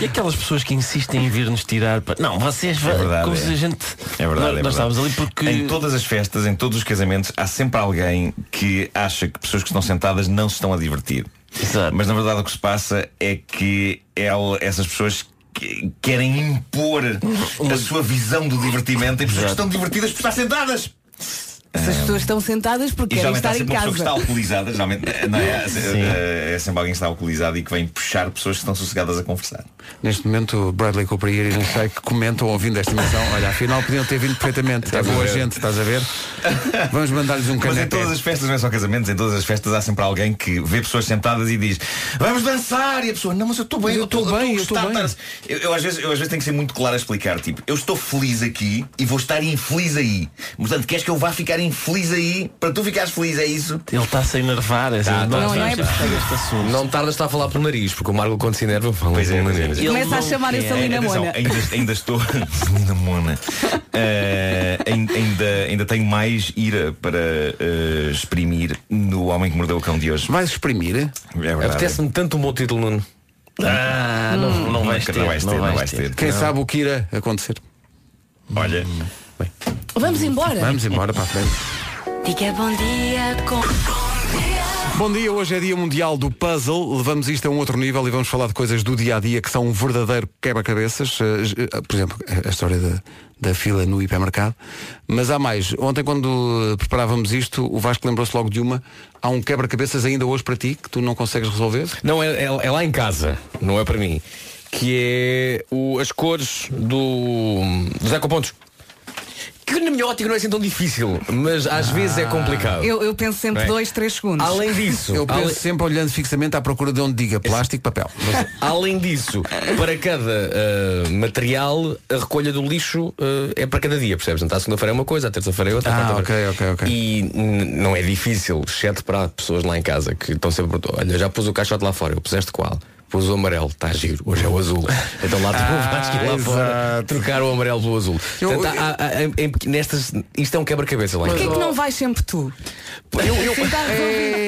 S13: E aquelas pessoas que insistem em vir-nos tirar para... Não, vocês vão.
S11: É verdade,
S13: como
S11: é.
S13: se a gente.
S11: É
S13: nós,
S11: verdade, é
S13: nós
S11: verdade.
S13: estávamos ali porque.
S11: Em todas as festas, em todos os casamentos, há sempre alguém que acha que pessoas que estão sentadas não se estão a divertir. Mas na verdade o que se passa é que ela- essas pessoas que- querem impor a sua visão do divertimento em pessoas que estão divertidas por estar sentadas.
S3: Se as pessoas estão sentadas porque
S11: É. E
S3: querem
S11: geralmente há
S3: estar em
S11: sempre uma pessoa que está
S3: casa.
S11: alcoolizada, geralmente não é, é, é sempre alguém que está alcoolizado e que vem puxar pessoas que estão sossegadas a conversar.
S1: Neste momento, Bradley Cooper e Irina Shayk comentam ouvindo esta emissão. Olha, afinal podiam ter vindo perfeitamente. É
S11: Estás a
S1: boa
S11: ver?
S1: gente, estás a ver? Vamos mandar-lhes um
S11: Mas em
S1: canete.
S11: todas as festas, não é só casamentos, em todas as festas há sempre alguém que vê pessoas sentadas e diz vamos dançar e a pessoa, não, mas eu estou bem,
S1: Mas eu
S11: eu estou
S1: estou bem,
S11: bem,
S1: eu
S11: eu
S1: estou
S11: estou a
S1: bem."
S11: gostar de estar- eu, eu às vezes, eu às vezes tenho que ser muito claro a explicar, tipo, eu estou feliz aqui e vou estar infeliz aí. Portanto, queres que eu vá ficar infeliz aí para tu ficares feliz, é isso?
S13: Ele está sem enervar. é assim,
S3: não, não é
S13: já
S3: possível.
S13: este assunto.
S8: Tá, Não tarda está a falar pelo nariz, porque o Margo quando se enerva fala
S11: Pois é,
S8: pelo
S11: pois é,
S8: nariz.
S11: pois é.
S13: Ele
S3: Começa a
S13: não
S3: chamar
S13: quer.
S3: essa linha
S11: Atenção,
S3: mona.
S11: ainda, ainda estou. Celina Mona. Eh, ain- ainda, ainda tenho mais ira para eh, exprimir no Homem que Mordeu o Cão de hoje.
S1: Vais exprimir?
S11: É verdade.
S8: Apetece-me tanto um bom título, Nuno.
S13: Ah, não,
S3: Hum.
S13: não vais ter.
S11: não vais ter, não vais ter.
S1: Quem sabe o que irá acontecer?
S11: Olha,
S3: Vamos embora.
S1: Vamos embora para a frente.
S9: Diga bom dia com.
S1: Bom dia, hoje é dia mundial do puzzle. Levamos isto a um outro nível e vamos falar de coisas do dia a dia que são um verdadeiro quebra-cabeças. Eh, eh, Por exemplo, a história da, da fila no hipermercado. Mas há mais. Ontem, quando eh, preparávamos isto, o Vasco lembrou-se logo de uma. Há um quebra-cabeças ainda hoje para ti que tu não consegues resolver.
S8: Não, é, é, é lá em casa, não é para mim. Que é o, as cores do, dos ecopontos. Que na minha ótica não é assim tão difícil, mas às
S13: Ah.
S8: vezes
S11: Ah.
S8: é complicado.
S3: Eu, eu penso sempre
S8: Bem.
S3: dois, três segundos.
S8: Além disso,
S1: Eu penso
S8: ale-
S1: sempre olhando fixamente à procura de onde diga plástico, papel.
S8: além disso, para cada ah, material, a recolha do lixo ah, é para cada dia, percebes? Então, à segunda-feira é uma coisa, à terça-feira é outra. à
S1: Ah,
S8: quarta-feira-
S1: ok, ok, ok.
S8: E n- não é difícil, exceto para pessoas lá em casa que estão sempre a perguntar, olha, já pus o caixote lá fora, eu puseste qual? pôs o amarelo, está giro, hoje é o azul. Então lá tu
S1: Ah,
S8: vais que ir lá fora trocar o amarelo pelo azul.
S1: Eu-
S8: Portanto, há- há- há- em- em- nestas, isto é um quebra-cabeça lá em
S3: Porquê é
S8: casa.
S3: que não vais sempre tu?
S8: Eu- eu-
S3: Assim tá resolvido.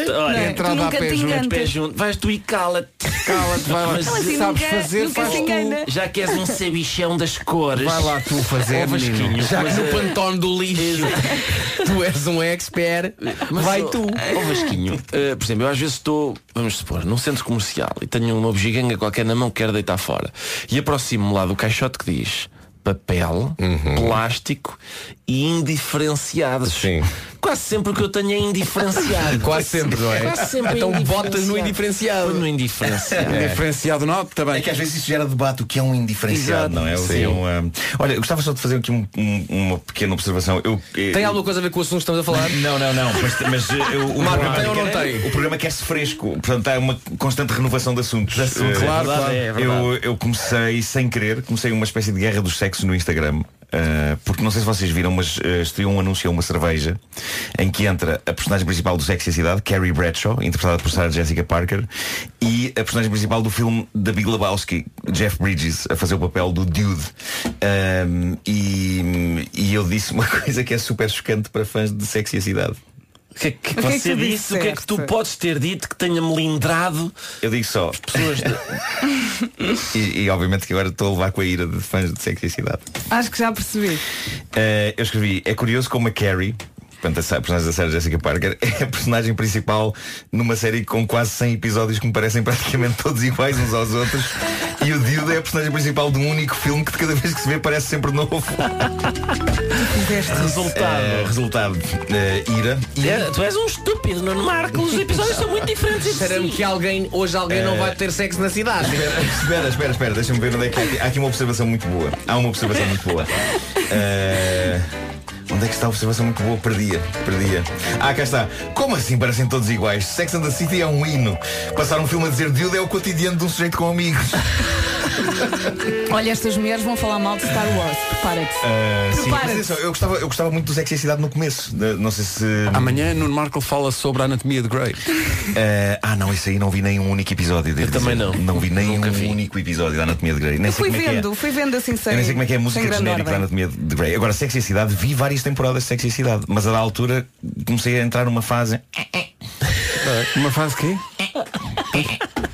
S13: Esta-
S3: Não
S13: olha,
S3: é? tu nunca te enganas.
S13: pé junto. Vais tu e cala-te.
S1: Cala-te, vai lá.
S13: Mas
S1: Não, assim,
S13: sabes
S1: nunca-
S13: fazer,
S1: nunca
S13: faz
S1: se
S13: tu.
S1: engana.
S13: Já que és um sabichão das cores.
S1: Vai lá tu fazer,
S13: Ó, Vasquinho,
S1: menino. Já
S13: mas,
S1: que no
S13: eh,
S8: Pantone do lixo. tu és um expert.
S13: Mas,
S8: vai
S13: ó,
S8: tu.
S13: ó, Vasquinho, eh, por exemplo, eu às vezes estou, vamos supor, num centro comercial e tenho uma bugiganga qualquer na mão que quero deitar fora. E aproximo-me lá do caixote que diz papel,
S11: Uhum.
S13: plástico e indiferenciados. Sim. Quase sempre o que eu tenho é indiferenciado.
S8: Quase sempre, não é?
S13: Quase sempre
S8: Então
S13: é
S8: botas no
S13: indiferenciado. Põe No indiferenciado.
S1: Indiferenciado É. não, tá também.
S11: É que às vezes isso gera debate, o que é um indiferenciado,
S13: Exato.
S11: não é? O que é
S13: Sim.
S11: um, ah, Olha, eu gostava só de fazer aqui um- um- uma pequena observação. Eu, eh,
S8: Tem alguma coisa a ver com o assunto que estamos a falar?
S11: Não, não, não. Mas, mas, eh, eu- o,
S8: Marco,
S11: programa
S8: tem ou não
S11: quer-
S8: tem?
S11: O programa quer-se fresco. Portanto, há uma constante renovação de assuntos.
S8: assuntos,
S11: Eh,
S8: é verdade, é verdade.
S11: Eu, eu comecei, sem querer, comecei uma espécie de guerra dos sexos no Instagram. eh, porque não sei se vocês viram, mas eh, estreou um anúncio a uma cerveja em que entra a personagem principal do Sexy e a Cidade, Carrie Bradshaw, interpretada por Sarah Jessica Parker, e a personagem principal do filme da Big Lebowski, Jeff Bridges, a fazer o papel do Dude. Ahm, e, e eu disse uma coisa que é super chocante para fãs de Sexy e a Cidade.
S13: O que é que,
S11: que é que
S13: você
S11: tu
S13: disse? O que é que tu
S11: disseste?
S13: podes ter dito que tenha melindrado
S11: Eu digo só.
S13: pessoas de-
S11: E, e obviamente que agora estou a levar com a ira de fãs de sexy e cidade.
S3: Acho que já percebi.
S11: Eh, eu escrevi, é curioso como a Carrie, portanto a Sa- personagem da série Jessica Parker, é a personagem principal numa série com quase 100 episódios que me parecem praticamente todos iguais uns aos outros. E o Dude é a personagem principal de um único filme que de cada vez que se vê parece sempre novo.
S13: Resultado.
S11: Eh, resultado. eh, ira. E-
S13: É, tu és um estúpido, Nuno Marcos. Os episódios são muito diferentes entre
S8: Será-me
S13: si.
S8: que alguém, hoje alguém não
S11: É.
S8: vai ter sexo na cidade?
S11: Espera, espera, espera, espera, deixa-me ver onde é que há aqui. Há aqui uma observação muito boa. Há uma observação muito boa. Eh, Onde é que está a observação muito boa? Perdia, perdia. Ah, cá está. Como assim parecem todos iguais? Sex and the City é um hino. Passar um filme a dizer Dildo é o cotidiano de um sujeito com amigos.
S3: Olha, estas mulheres vão falar mal de Star Wars. Prepara-te.
S11: Eh, sim, mas
S3: Prepara-te.
S11: atenção, eu, gostava, eu gostava muito do Sex e a Cidade no começo. De- Não sei se.
S1: Amanhã Nuno Marco fala sobre a anatomia de Grey.
S11: Eh, ah não, isso aí não vi nem um único episódio Eu
S1: também
S11: não. Não vi nem um único episódio da Anatomia de Grey. Nem
S3: Eu
S11: sei
S3: fui
S11: como é que é.
S3: vendo, fui vendo assim sem.
S11: Eu nem sei como é que é a
S3: sem
S11: música
S3: grande
S11: genérica da
S3: ordem.
S11: Anatomia de Grey. Agora, Sexy e Cidade, vi várias temporadas de Sexy e Cidade, mas a da altura comecei a entrar numa fase.
S1: Ah, Uma fase quê?
S3: É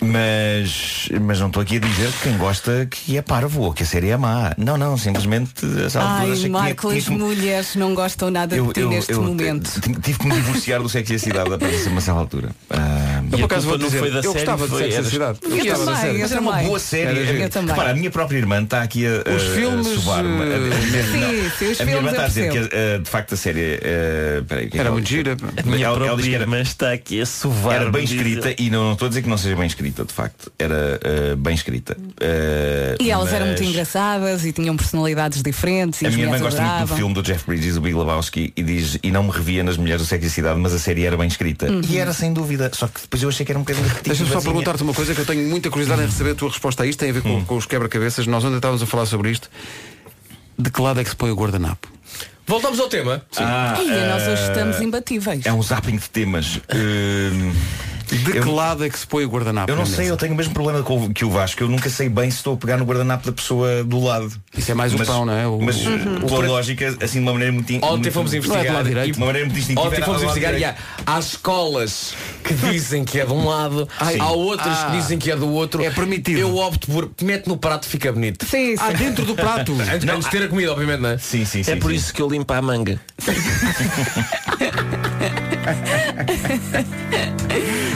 S11: Mas, mas não estou aqui a dizer que quem gosta que é parvo ou que a série é má. Não, não, simplesmente essa altura
S3: Ai,
S11: achei que tinha-
S3: Marco,
S11: tinha
S3: as
S11: que me-
S3: mulheres não gostam nada de ti neste
S11: eu
S3: momento.
S11: t- tive que me divorciar do Sexy e a Cidade a partir de uma certa altura. Ah,
S1: Eu, por acaso, vou dizer, eu gostava de Sexo e a Cidade.
S11: Eu
S1: gostava da
S11: também,
S1: série.
S11: mas era uma boa série. eh,
S1: Era giro.
S11: Repara, a minha própria irmã está aqui a, eh, a,
S1: Os filmes,
S11: a sobar-me. A- a-
S1: eh,
S11: a- não.
S1: sim, sim, os
S11: a minha
S1: filmes
S11: irmã está a dizer que
S1: apareceu.
S11: eh, de facto a série eh, peraí, o que é que
S1: Era
S11: ela
S1: muito
S11: disse?
S1: gira.
S11: A minha
S13: própria
S11: irmã
S13: está aqui a sovar.
S11: Era bem escrita e não não estou a dizer que não seja bem escrita, de facto. Era eh, bem escrita. Eh,
S3: E elas
S11: mas-
S3: eram muito engraçadas e tinham personalidades diferentes e
S11: a
S3: as
S11: minha irmã
S3: mulheres
S11: gosta muito do
S3: adoravam.
S11: filme do Jeff Bridges, o Big Lebowski, e diz, e não me revia nas mulheres do sexo e cidade, mas a série era bem escrita. E era sem dúvida, só que depois eu achei que era um bocadinho repetitiva.
S1: Deixa-me só
S11: assim.
S1: perguntar-te uma coisa que eu tenho muita curiosidade em receber a tua resposta a isto, tem a ver com,
S11: Hum.
S1: com os quebra-cabeças. Nós ontem estávamos a falar sobre isto. De que lado é que se põe o guardanapo?
S8: Voltamos ao tema.
S11: Ah,
S3: Ai, nós hoje
S11: eh,
S3: estamos imbatíveis.
S11: É um zapping de temas. Hum,
S1: De que
S11: eu-
S1: lado é que se põe o guardanapo?
S11: Eu não
S1: na
S11: sei,
S1: mesa?
S11: eu tenho o mesmo problema com o- que o Vasco. Eu nunca sei bem se estou a pegar no guardanapo da pessoa do lado.
S1: Isso é mais o
S11: Mas-
S1: pão, não é? O-
S11: Mas
S1: Uhum.
S11: pela lógica, assim de uma maneira muito in-
S8: Ontem
S11: muito-
S8: fomos investigar.
S11: Não é do lado
S8: e-
S11: direito. de uma maneira muito instintiva.
S8: Ontem
S11: era
S8: fomos
S11: do lado
S8: investigar e há,
S11: direito.
S8: há escolas que dizem que é de um lado,
S11: Ai.
S8: há outras
S11: Ah.
S8: que dizem que é do outro. É permitido. Eu opto por mete no prato, fica bonito.
S3: Sim, sim.
S11: é-
S1: Ah, dentro do prato.
S8: Antes, antes de ter a comida, obviamente, não é?
S11: Sim, sim,
S13: É por isso que eu limpo a manga.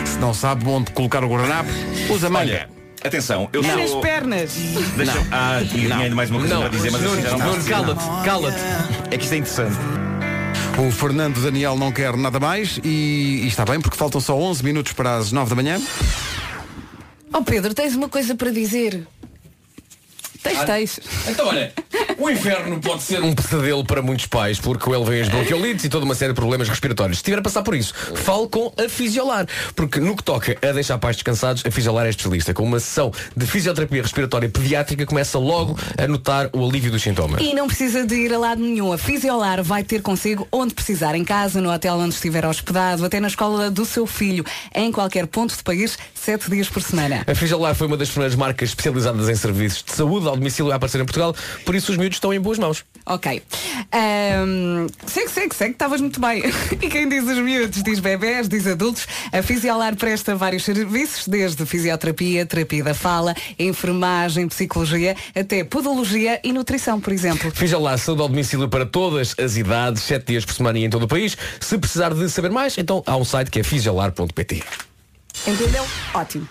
S1: Se não sabe onde colocar o guardanapo, usa manga.
S11: Olha, atenção, eu
S3: É nas
S11: sou...
S3: pernas.
S11: Deixa
S1: Não.
S11: Ah, tinha
S1: Não.
S11: ainda mais uma coisa
S1: Não.
S11: para dizer, mas
S1: Nuno,
S11: assim já não
S1: Nuno,
S11: posso dizer.
S1: cala-te, cala-te.
S11: É que isto é interessante.
S1: O Fernando Daniel não quer nada mais e, e está bem porque faltam só 11 minutos para as 9 da manhã.
S11: Ah.
S3: Oh Pedro, tens uma coisa para dizer. Tens, tens.
S13: Então olha,
S10: O inferno pode ser
S8: um pesadelo para muitos pais, porque o ele vem as bronquiolites e toda uma série de problemas respiratórios. Se tiver a passar por isso, fale com a Fisiolar, porque no que toca a deixar pais descansados, a Fisiolar é especialista. Com uma sessão de fisioterapia respiratória pediátrica, começa logo a notar o alívio dos sintomas.
S3: E não precisa de ir a lado nenhum. A Fisiolar vai ter consigo onde precisar, em casa, no hotel onde estiver hospedado, até na escola do seu filho, em qualquer ponto do país, sete dias por semana.
S8: A Frigelar foi uma das primeiras marcas especializadas em serviços de saúde ao domicílio a aparecer em Portugal, por isso os miúdos estão em boas mãos.
S3: Ok. Ahm, sei que sei que sei que estavas muito bem. E quem diz os miúdos, diz bebés, diz adultos. A Fisiolar presta vários serviços, desde fisioterapia, terapia da fala, enfermagem, psicologia, até podologia e nutrição, por exemplo.
S8: Frigelar saúde ao domicílio para todas as idades, sete dias por semana e em todo o país. Se precisar de saber mais, então há um site que é figelar.pt.
S3: Entendeu? Ótimo.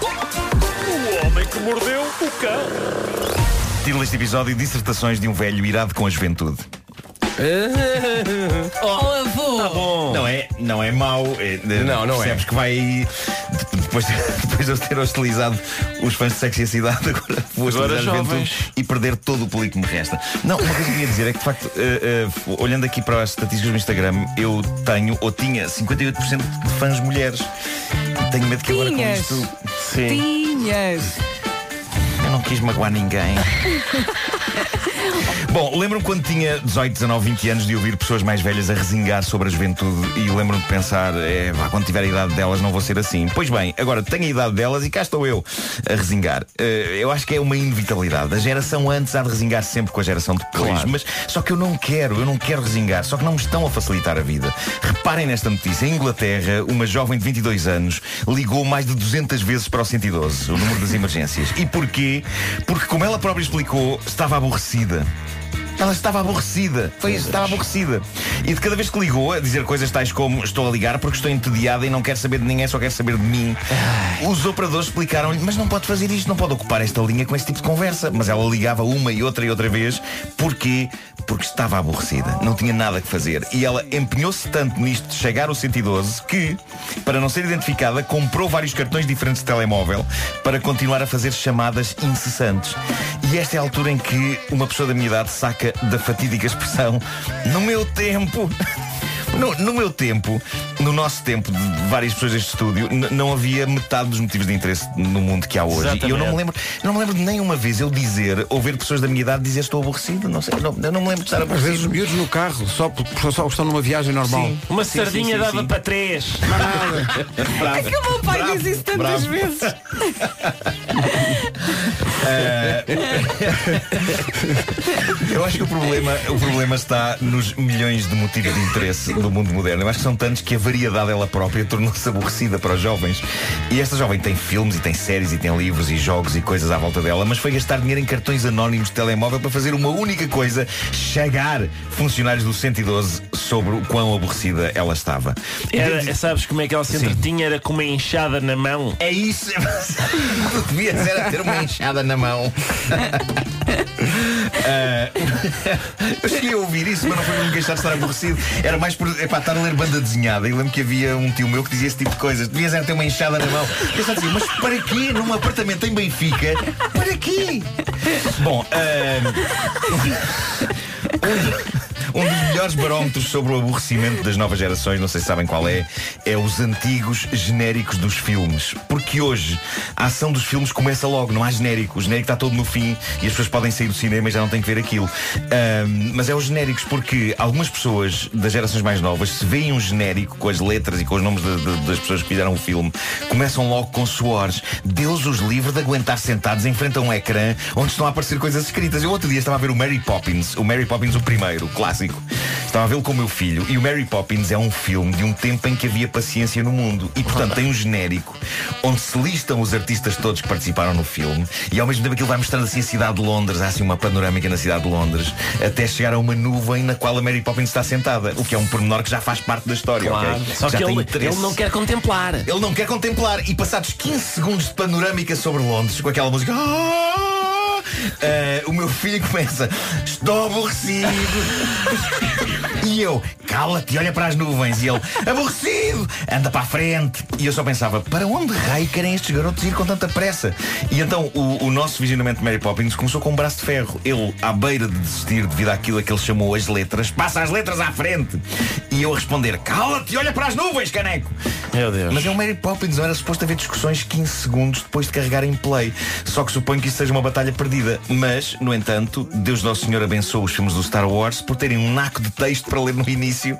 S10: O homem que mordeu o cão.
S11: Título deste episódio Dissertações de um velho irado com a juventude.
S10: Oh, avô. Tá bom.
S11: Não é, não é mau. É, não, não percebes que vai. de- Depois, depois de eu ter hostilizado os fãs de sexo e a cidade, agora vou
S13: Agora
S11: hostilizar a juventude
S13: jovens.
S11: e perder todo o público que me resta. Não, uma coisa que eu ia dizer é que, de facto, eh, eh, f- olhando aqui para as estatísticas do Instagram, eu tenho ou tinha 58% de fãs mulheres. E tenho medo que agora com
S3: Tinhas.
S11: isto.
S3: Tinhas.
S11: Eu não quis magoar ninguém. Bom, lembro-me quando tinha 18, 19, 20 anos de ouvir pessoas mais velhas a resingar sobre a juventude e lembro-me de pensar, é, pá, quando tiver a idade delas não vou ser assim. Pois bem, agora tenho a idade delas e cá estou eu a resingar. Eh, eu acho que é uma inevitabilidade. A geração antes há de resingar sempre com a geração depois. Mas só que eu não quero, eu não quero resingar, só que não me estão a facilitar a vida. Reparem nesta notícia. Em Inglaterra, uma jovem de 22 anos ligou mais de 200 vezes para o 112, o número das emergências. E porquê? Porque, como ela própria explicou, estava aborrecida. Ela estava aborrecida. Foi, estava aborrecida. E de cada vez que ligou a dizer coisas tais como estou a ligar porque estou entediada e não quero saber de ninguém, só quero saber de mim. Os operadores explicaram-lhe, mas não pode fazer isto, não pode ocupar esta linha com este tipo de conversa. Mas ela ligava uma e outra e outra vez. Porquê? Porque estava aborrecida. Não tinha nada que fazer. E ela empenhou-se tanto nisto de chegar ao 112 que, para não ser identificada, comprou vários cartões diferentes de telemóvel para continuar a fazer chamadas incessantes. E esta é a altura em que uma pessoa da minha idade saca da fatídica expressão no meu tempo. No, no meu tempo, no nosso tempo de várias pessoas deste estúdio, n- não havia metade dos motivos de interesse no mundo que há hoje. E eu não me lembro, não me lembro de nenhuma vez eu dizer, ou ver pessoas da minha idade dizer estou aborrecido, não sei, não, eu não me lembro de estar
S1: Às
S11: aborrecido.
S1: vezes os miúdos no carro, só, por- só estão numa viagem normal.
S11: Sim. Uma Sim, sardinha sim, sim, dava sim. para
S10: três.
S11: Bravo.
S3: É que o meu pai
S11: Bravo.
S3: diz isso tantas
S11: Bravo.
S3: vezes.
S8: É
S11: Eh,
S3: É
S11: eu acho que o problema, o problema está nos milhões de motivos de interesse do mundo moderno. Eu acho que são tantos que a variedade ela própria tornou-se aborrecida para os jovens. E esta jovem tem filmes e tem séries e tem livros e jogos e coisas à volta dela, mas foi gastar dinheiro em cartões anónimos de telemóvel para fazer uma única coisa, chegar funcionários do 112 sobre o quão aborrecida ela estava.
S12: Era, sabes como é que ela se entretinha? Era com uma enxada na mão.
S11: É isso. Tu devias era ter uma enxada na mão. Ah, eu cheguei a ouvir isso, mas não foi por me gastar de estar aborrecido. Era mais por epá, estar a ler banda desenhada. E lembro que havia um tio meu que dizia esse tipo de coisas. Devias era ter uma enxada na mão. Eu só dizia, mas para quê? Num apartamento em Benfica? Para quê? Bom, ah, um dos melhores barómetros sobre o aborrecimento das novas gerações, não sei se sabem qual é, é os antigos genéricos dos filmes. Porque hoje a ação dos filmes começa logo, não há genérico. O genérico está todo no fim e as pessoas podem sair do cinema e já não têm que ver aquilo. Ahm, mas é os genéricos porque algumas pessoas das gerações mais novas, se veem um genérico com as letras e com os nomes de- de- das pessoas que fizeram o filme, começam logo com suores. Deus os livre de aguentar sentados em frente a um ecrã onde estão a aparecer coisas escritas. Eu outro dia estava a ver o Mary Poppins, o Mary Poppins o primeiro, o clássico. Estava a vê-lo com o meu filho e o Mary Poppins é um filme de um tempo em que havia paciência no mundo e portanto tem um genérico onde se listam os artistas todos que participaram no filme e ao mesmo tempo aquilo vai mostrando assim a cidade de Londres, há assim uma panorâmica na cidade de Londres até chegar a uma nuvem na qual a Mary Poppins está sentada, o que é um pormenor que já faz parte da história,
S12: Claro.
S11: ok?
S12: Só
S11: Já
S12: que
S11: tem
S12: ele,
S11: interesse.
S12: ele não quer contemplar.
S11: Ele não quer contemplar. E passados 15 segundos de panorâmica sobre Londres, com aquela música. eh, Ah! Ah, o meu filho começa. Estou aborrecido. E eu, cala-te e olha para as nuvens. E ele, aborrecido, anda para a frente. E eu só pensava, para onde raio querem estes garotos ir com tanta pressa? E então o, o nosso visionamento de Mary Poppins começou com um braço de ferro. Ele, à beira de desistir devido àquilo a que ele chamou as letras, passa as letras à frente. E eu a responder, cala-te e olha para as nuvens, caneco.
S13: Meu Deus.
S11: Mas é o Mary Poppins, não era suposto haver discussões 15 segundos depois de carregar em play. Só que suponho que isso seja uma batalha perdida. Mas, no entanto, Deus Nosso Senhor abençoou os filmes do Star Wars por terem um naco de texto para ler no início.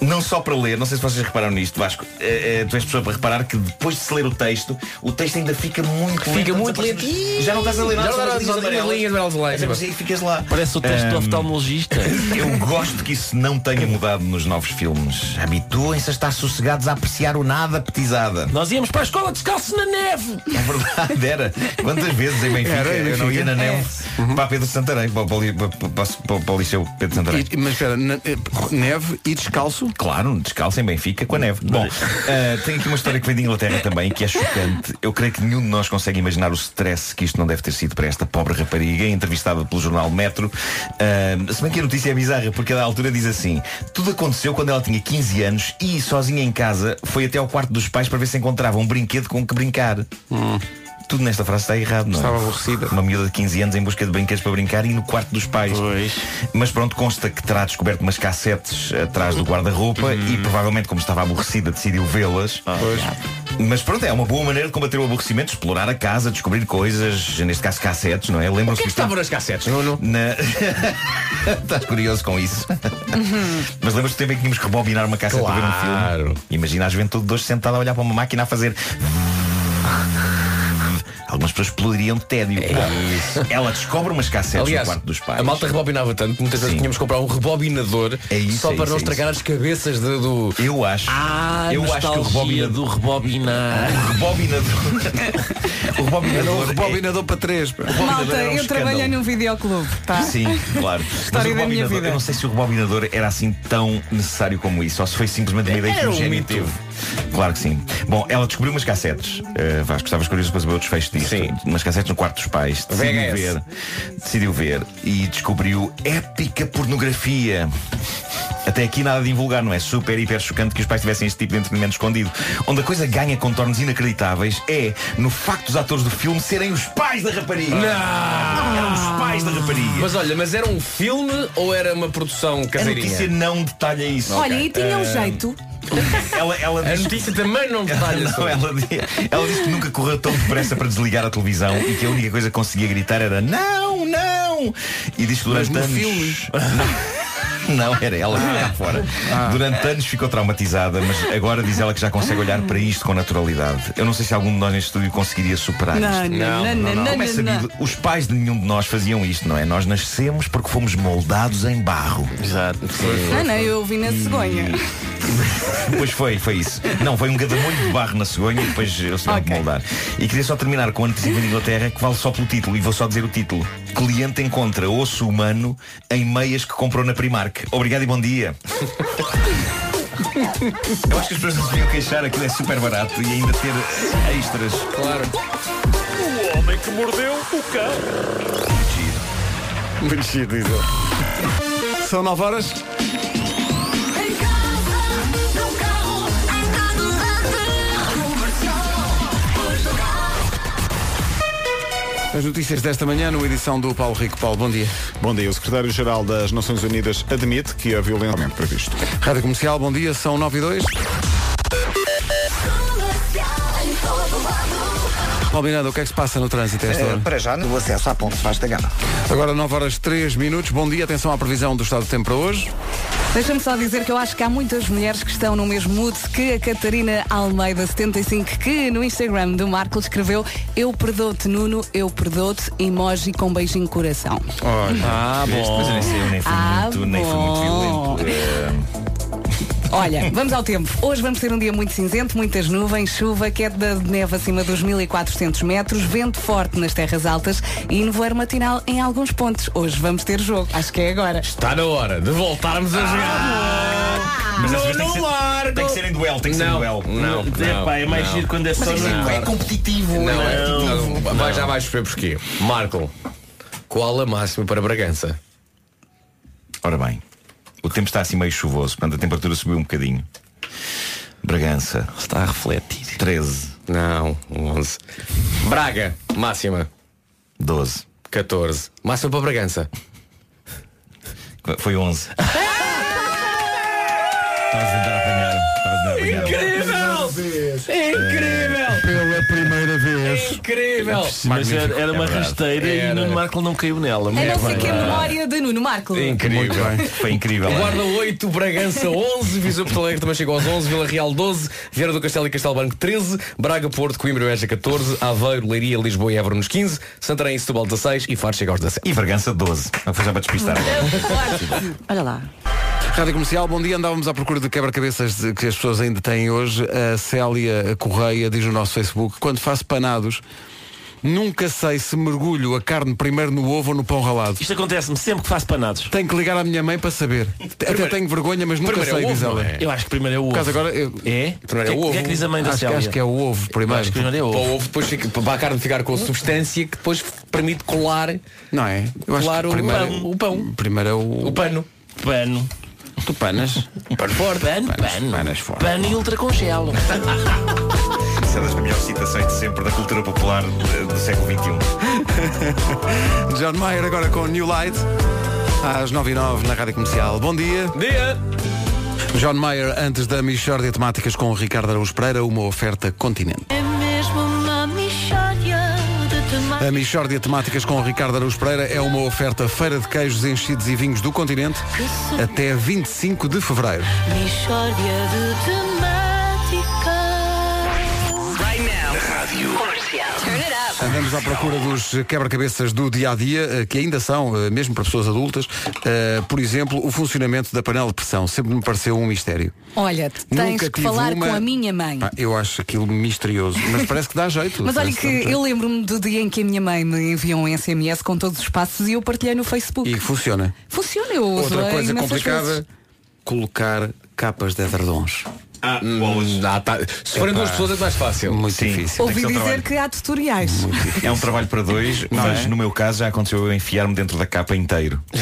S11: Não só para ler, não sei se vocês repararam nisto, Vasco. Eh, eh, tu és pessoa para reparar que depois de se ler o texto, o texto ainda fica muito lento.
S8: Fica muito
S11: Desaparece-
S8: lento.
S11: Então, Já não estás a ler nada.
S8: Já não
S11: são as
S8: estás a ler
S11: linhas
S8: as linhas
S11: amarelas.
S8: amarelas lá.
S11: Mas é preciso- Ficas lá.
S13: Parece o texto do
S11: Ahm,
S13: oftalmologista.
S11: Ehm, Eu gosto que isso não tenha mudado nos novos filmes. Habituem-se a estar sossegados a apreciar o nada petizada.
S12: Nós íamos para a escola descalço na neve.
S11: É verdade, era. Quantas vezes em Benfica
S1: Era, em
S11: eu não ia
S1: Benfica. É.
S11: na neve para Pedro Santarém, para, o- para, o li- para, para- para o Liceu Pedro Santarém.
S1: E- mas espera, na- eh, neve e descalço?
S11: Claro, descalço em Benfica com a neve. Bom, eh, tem aqui uma história que vem de Inglaterra também, que é chocante. Eu creio que nenhum de nós consegue imaginar o stress que isto não deve ter sido para esta pobre rapariga, entrevistada pelo jornal Metro. Eh, se bem que a notícia é bizarra, porque ela à altura diz assim, tudo aconteceu quando ela tinha 15 anos e, sozinha em casa, foi até ao quarto dos pais para ver se encontrava um brinquedo com que brincar. Tudo nesta frase está errado, não é?
S1: Estava aborrecida.
S11: Uma miúda de 15 anos em busca de brinquedos para brincar e no quarto dos pais. Mas pronto, consta que terá descoberto umas cassetes atrás do guarda-roupa
S8: Uhum.
S11: e provavelmente, como estava aborrecida, decidiu vê-las.
S8: Ah.
S11: Mas pronto, é uma boa maneira de combater o aborrecimento, explorar a casa, descobrir coisas, neste caso cassetes, não é? Lembram-se
S8: que
S11: do-
S8: estavam nas cassetes?
S11: na... Estás curioso com isso. Mas lembras-te do tempo em que tínhamos que rebobinar uma cassete para ver um filme? Imagina a juventude de hoje sentada a olhar para uma máquina a fazer. Algumas pessoas explodiriam de tédio. Bom, Ela descobre umas cassetes
S8: É Aliás,
S11: no quarto dos pais.
S8: a malta rebobinava tanto, muitas vezes tínhamos que comprar um rebobinador só
S11: é
S8: para
S11: isso,
S8: não
S11: é
S8: estragar as cabeças de- do.
S11: Eu acho.
S13: Ah,
S11: Eu acho que o
S13: nostalgia
S11: rebobina-
S13: do rebobinar.
S11: O rebobinador. o
S1: Era um
S11: rebobinador. é-
S1: rebobinador para três. pá.
S3: Malta,
S11: era um
S3: eu trabalhei
S11: escândalo.
S3: num videoclube, tá?
S11: Sim, claro. Mas o
S3: da minha
S11: é rebobinador,
S3: vida.
S11: eu não sei se o rebobinador era assim tão necessário como isso, ou se foi simplesmente uma ideia que
S8: Era
S11: o
S8: um
S11: gênio
S8: mito.
S11: teve. Claro que sim. Bom, ela descobriu umas cassetes. Uh, Vasco, estavas curioso para saber o desfecho disto.
S8: Sim.
S11: Umas cassetes no quarto dos pais. Decidiu
S8: VHS.
S11: ver. Decidiu ver. E descobriu épica pornografia. Até aqui nada de invulgar, não é? Super, hiper chocante que os pais tivessem este tipo de entretenimento escondido. Onde a coisa ganha contornos inacreditáveis é no facto dos atores do filme serem os pais da rapariga. Não! Eram os pais da rapariga.
S8: Mas olha, mas era um filme ou era uma produção
S11: A
S8: caseirinha?
S11: notícia não detalha isso.
S3: Olha, e tinha um
S11: Ah,
S3: jeito.
S11: Ela, ela
S8: A
S11: diz...
S8: notícia também não
S11: Ela,
S8: detalha.
S11: não,
S8: sobre-
S11: ela, di- ela disse que nunca correu tão depressa para desligar a televisão e que a única coisa que conseguia gritar era não, não! E disse que
S1: Mas
S11: durante
S1: no
S11: anos.
S1: filme.
S11: Não, era ela que estava fora. Durante anos ficou traumatizada, mas agora diz ela que já consegue olhar para isto com naturalidade. Eu não sei se algum de nós neste estúdio conseguiria superar
S3: Não,
S11: isto.
S3: não, não, não,
S11: Como é
S3: não, não.
S11: sabido, os pais de nenhum de nós faziam isto, não é? Nós nascemos porque fomos moldados em barro.
S13: Exato.
S3: Ah, Não, não, eu ouvi na cegonha.
S11: hum. Pois foi, foi isso. Não, foi um gadamolho de barro na cegonha e depois eu soube
S3: Ok.
S11: moldar. E queria só terminar com a notícia da Inglaterra que vale só pelo título, e vou só dizer o título. Cliente encontra osso humano em meias que comprou na Primark. Obrigado e bom dia. Eu acho que as pessoas não se deviam queixar, aquilo é super barato e ainda ter extras.
S8: Claro.
S10: O homem que mordeu o cão.
S1: Mexido, exato. São 9 horas. As notícias desta manhã, numa edição do Paulo Rico. Paulo, bom dia.
S5: Bom dia, o secretário-geral das Nações Unidas admite que a violência é previsto.
S1: Rádio Comercial, bom dia, são 9 e 2. Paulo Miranda, o que é que se passa no trânsito a esta
S2: Eh,
S1: hora?
S2: para já, no acesso à ponte Vaz da Gama.
S1: Agora 9 horas 3 minutos. Bom dia, atenção à previsão do estado do tempo para hoje.
S3: Deixa-me só dizer que eu acho que há muitas mulheres que estão no mesmo mood que a Catarina Almeida, 75, que no Instagram do Marco escreveu Eu perdoo-te, Nuno, eu perdoo-te, emoji com beijinho coração.
S13: Ah,
S11: Mas eu nem sei, eu nem fui
S3: Ah,
S11: muito, nem fui muito
S3: bom.
S11: violento. Eh,
S3: Olha, vamos ao tempo. Hoje vamos ter um dia muito cinzento, muitas nuvens, chuva, queda de neve acima dos 1400 metros, vento forte nas terras altas e nevoeiro matinal em alguns pontos. Hoje vamos ter jogo, acho que é agora.
S8: Está na hora de voltarmos a jogar.
S11: mas
S8: Não,
S11: dessa vez tem que
S8: não
S11: ser-
S8: largo.
S11: Tem que ser em duelo, tem que ser em
S8: Não,
S11: duelo.
S8: não, não,
S12: Epá, é mais
S8: não.
S12: giro quando é só
S11: Mas
S12: no-
S11: isso é competitivo,
S8: Não,
S11: não é?
S8: não, vai- já vais perceber porquê. Marco, qual a máxima para Bragança?
S11: Ora bem, O tempo está assim meio chuvoso, portanto a temperatura subiu um bocadinho. Bragança. Está a refletir. 13.
S8: Não, 11. Braga, máxima.
S11: 12.
S8: 14. Máxima para Bragança.
S11: Foi 11. Estavas a tentar apanhar. Estavas a tentar apanhar.
S12: Incrível!
S1: Pela primeira vez.
S12: Incrível!
S13: Mas era,
S1: Magnífico.
S13: era uma
S11: É verdade.
S13: rasteira e
S11: Era.
S13: Nuno Marco não caiu nela.
S3: A
S13: mas
S3: não
S13: é
S3: ser que a
S13: verdade.
S3: memória de Nuno Marco.
S11: Muito bem. Foi incrível.
S8: Guarda 8, Bragança 11, Viseu Porto Alegre também chegou aos 11, Vila Real 12, Vieira do Castelo e Castelo Branco 13, Braga, Porto, Coimbra e Beja 14, Aveiro, Leiria, Lisboa e Évora nos 15, Santarém e Setúbal 16 e Faro chega aos 17.
S11: E Bragança 12. Foi já para despistar
S3: Olha lá.
S1: Rádio Comercial, bom dia. Andávamos à procura de quebra-cabeças de- que as pessoas ainda têm hoje. A Célia Correia diz no nosso Facebook, quando faço panados, nunca sei se mergulho a carne primeiro no ovo ou no pão ralado.
S12: Isto acontece-me sempre que faço panados.
S1: Tenho que ligar à minha mãe para saber. Até tenho vergonha, mas nunca
S12: primeiro é
S1: sei,
S12: o ovo,
S1: diz ela.
S12: não é? Eu acho que primeiro é o
S1: Por acaso
S12: ovo.
S1: agora, eu-
S12: É?
S1: Primeiro é
S12: O que- o
S1: o
S12: que é
S1: ovo.
S12: que diz a mãe da
S1: Acho que-
S12: Célia?
S1: acho que é o ovo primeiro.
S12: Acho que primeiro é o
S8: Para
S12: ovo.
S8: o ovo depois fica, para a carne ficar com a substância que depois permite colar,
S1: Não é? Eu acho
S8: colar
S1: que
S8: o,
S1: primeiro,
S8: pão, o pão,
S1: primeiro é o...
S8: o pano.
S12: Pano.
S1: Tu panas.
S12: Pano forte. Pano, pano.
S1: Panas forte.
S12: Pano e ultracongelo.
S11: Isso é das melhores citações de sempre da cultura popular eh, do século um. XXI.
S1: John Mayer agora com New Light. Às 9 e 9 na Rádio Comercial. Bom dia.
S8: Dia!
S1: John Mayer, antes da Michórdia de Temáticas com o Ricardo Araújo Pereira, uma oferta continente.
S9: É mesmo uma mixória de
S1: A
S9: temáticas
S1: Michórdia de Temáticas com o Ricardo Araújo Pereira é uma oferta feira de queijos, enchidos e vinhos do continente até 25 de fevereiro.
S9: Mixória de temáticas Right now Rádio Comercial Turn it up
S1: Andamos à procura dos quebra-cabeças do dia-a-dia, eh, que ainda são, eh, mesmo para pessoas adultas, eh, por exemplo, o funcionamento da panela de pressão. Sempre me pareceu um mistério.
S3: Olha, tens
S1: Nunca
S3: que
S1: tive
S3: falar
S1: uma-
S3: com a minha mãe.
S1: Pá, eu acho aquilo misterioso, mas parece que dá jeito.
S3: Mas olha
S1: Parece
S3: que
S1: dá-
S3: eu lembro-me do dia em que a minha mãe me enviou um SMS com todos os passos e eu partilhei no Facebook.
S1: E funciona.
S3: Funciona, eu uso
S1: Outra
S3: a
S1: coisa
S3: imensas
S1: complicada, é
S3: vezes.
S1: colocar capas de edredons. Hum.
S11: Ah, bolas.
S8: Ah, tá. Se forem
S1: Epá.
S8: duas pessoas é mais fácil.
S1: Muito
S11: Sim.
S1: difícil.
S11: Tem
S3: Ouvi
S11: que ser um
S3: dizer
S11: trabalho.
S3: que há tutoriais.
S11: É um trabalho para dois,
S1: é?
S11: mas no meu caso já aconteceu eu enfiar-me dentro da capa inteiro. Eh,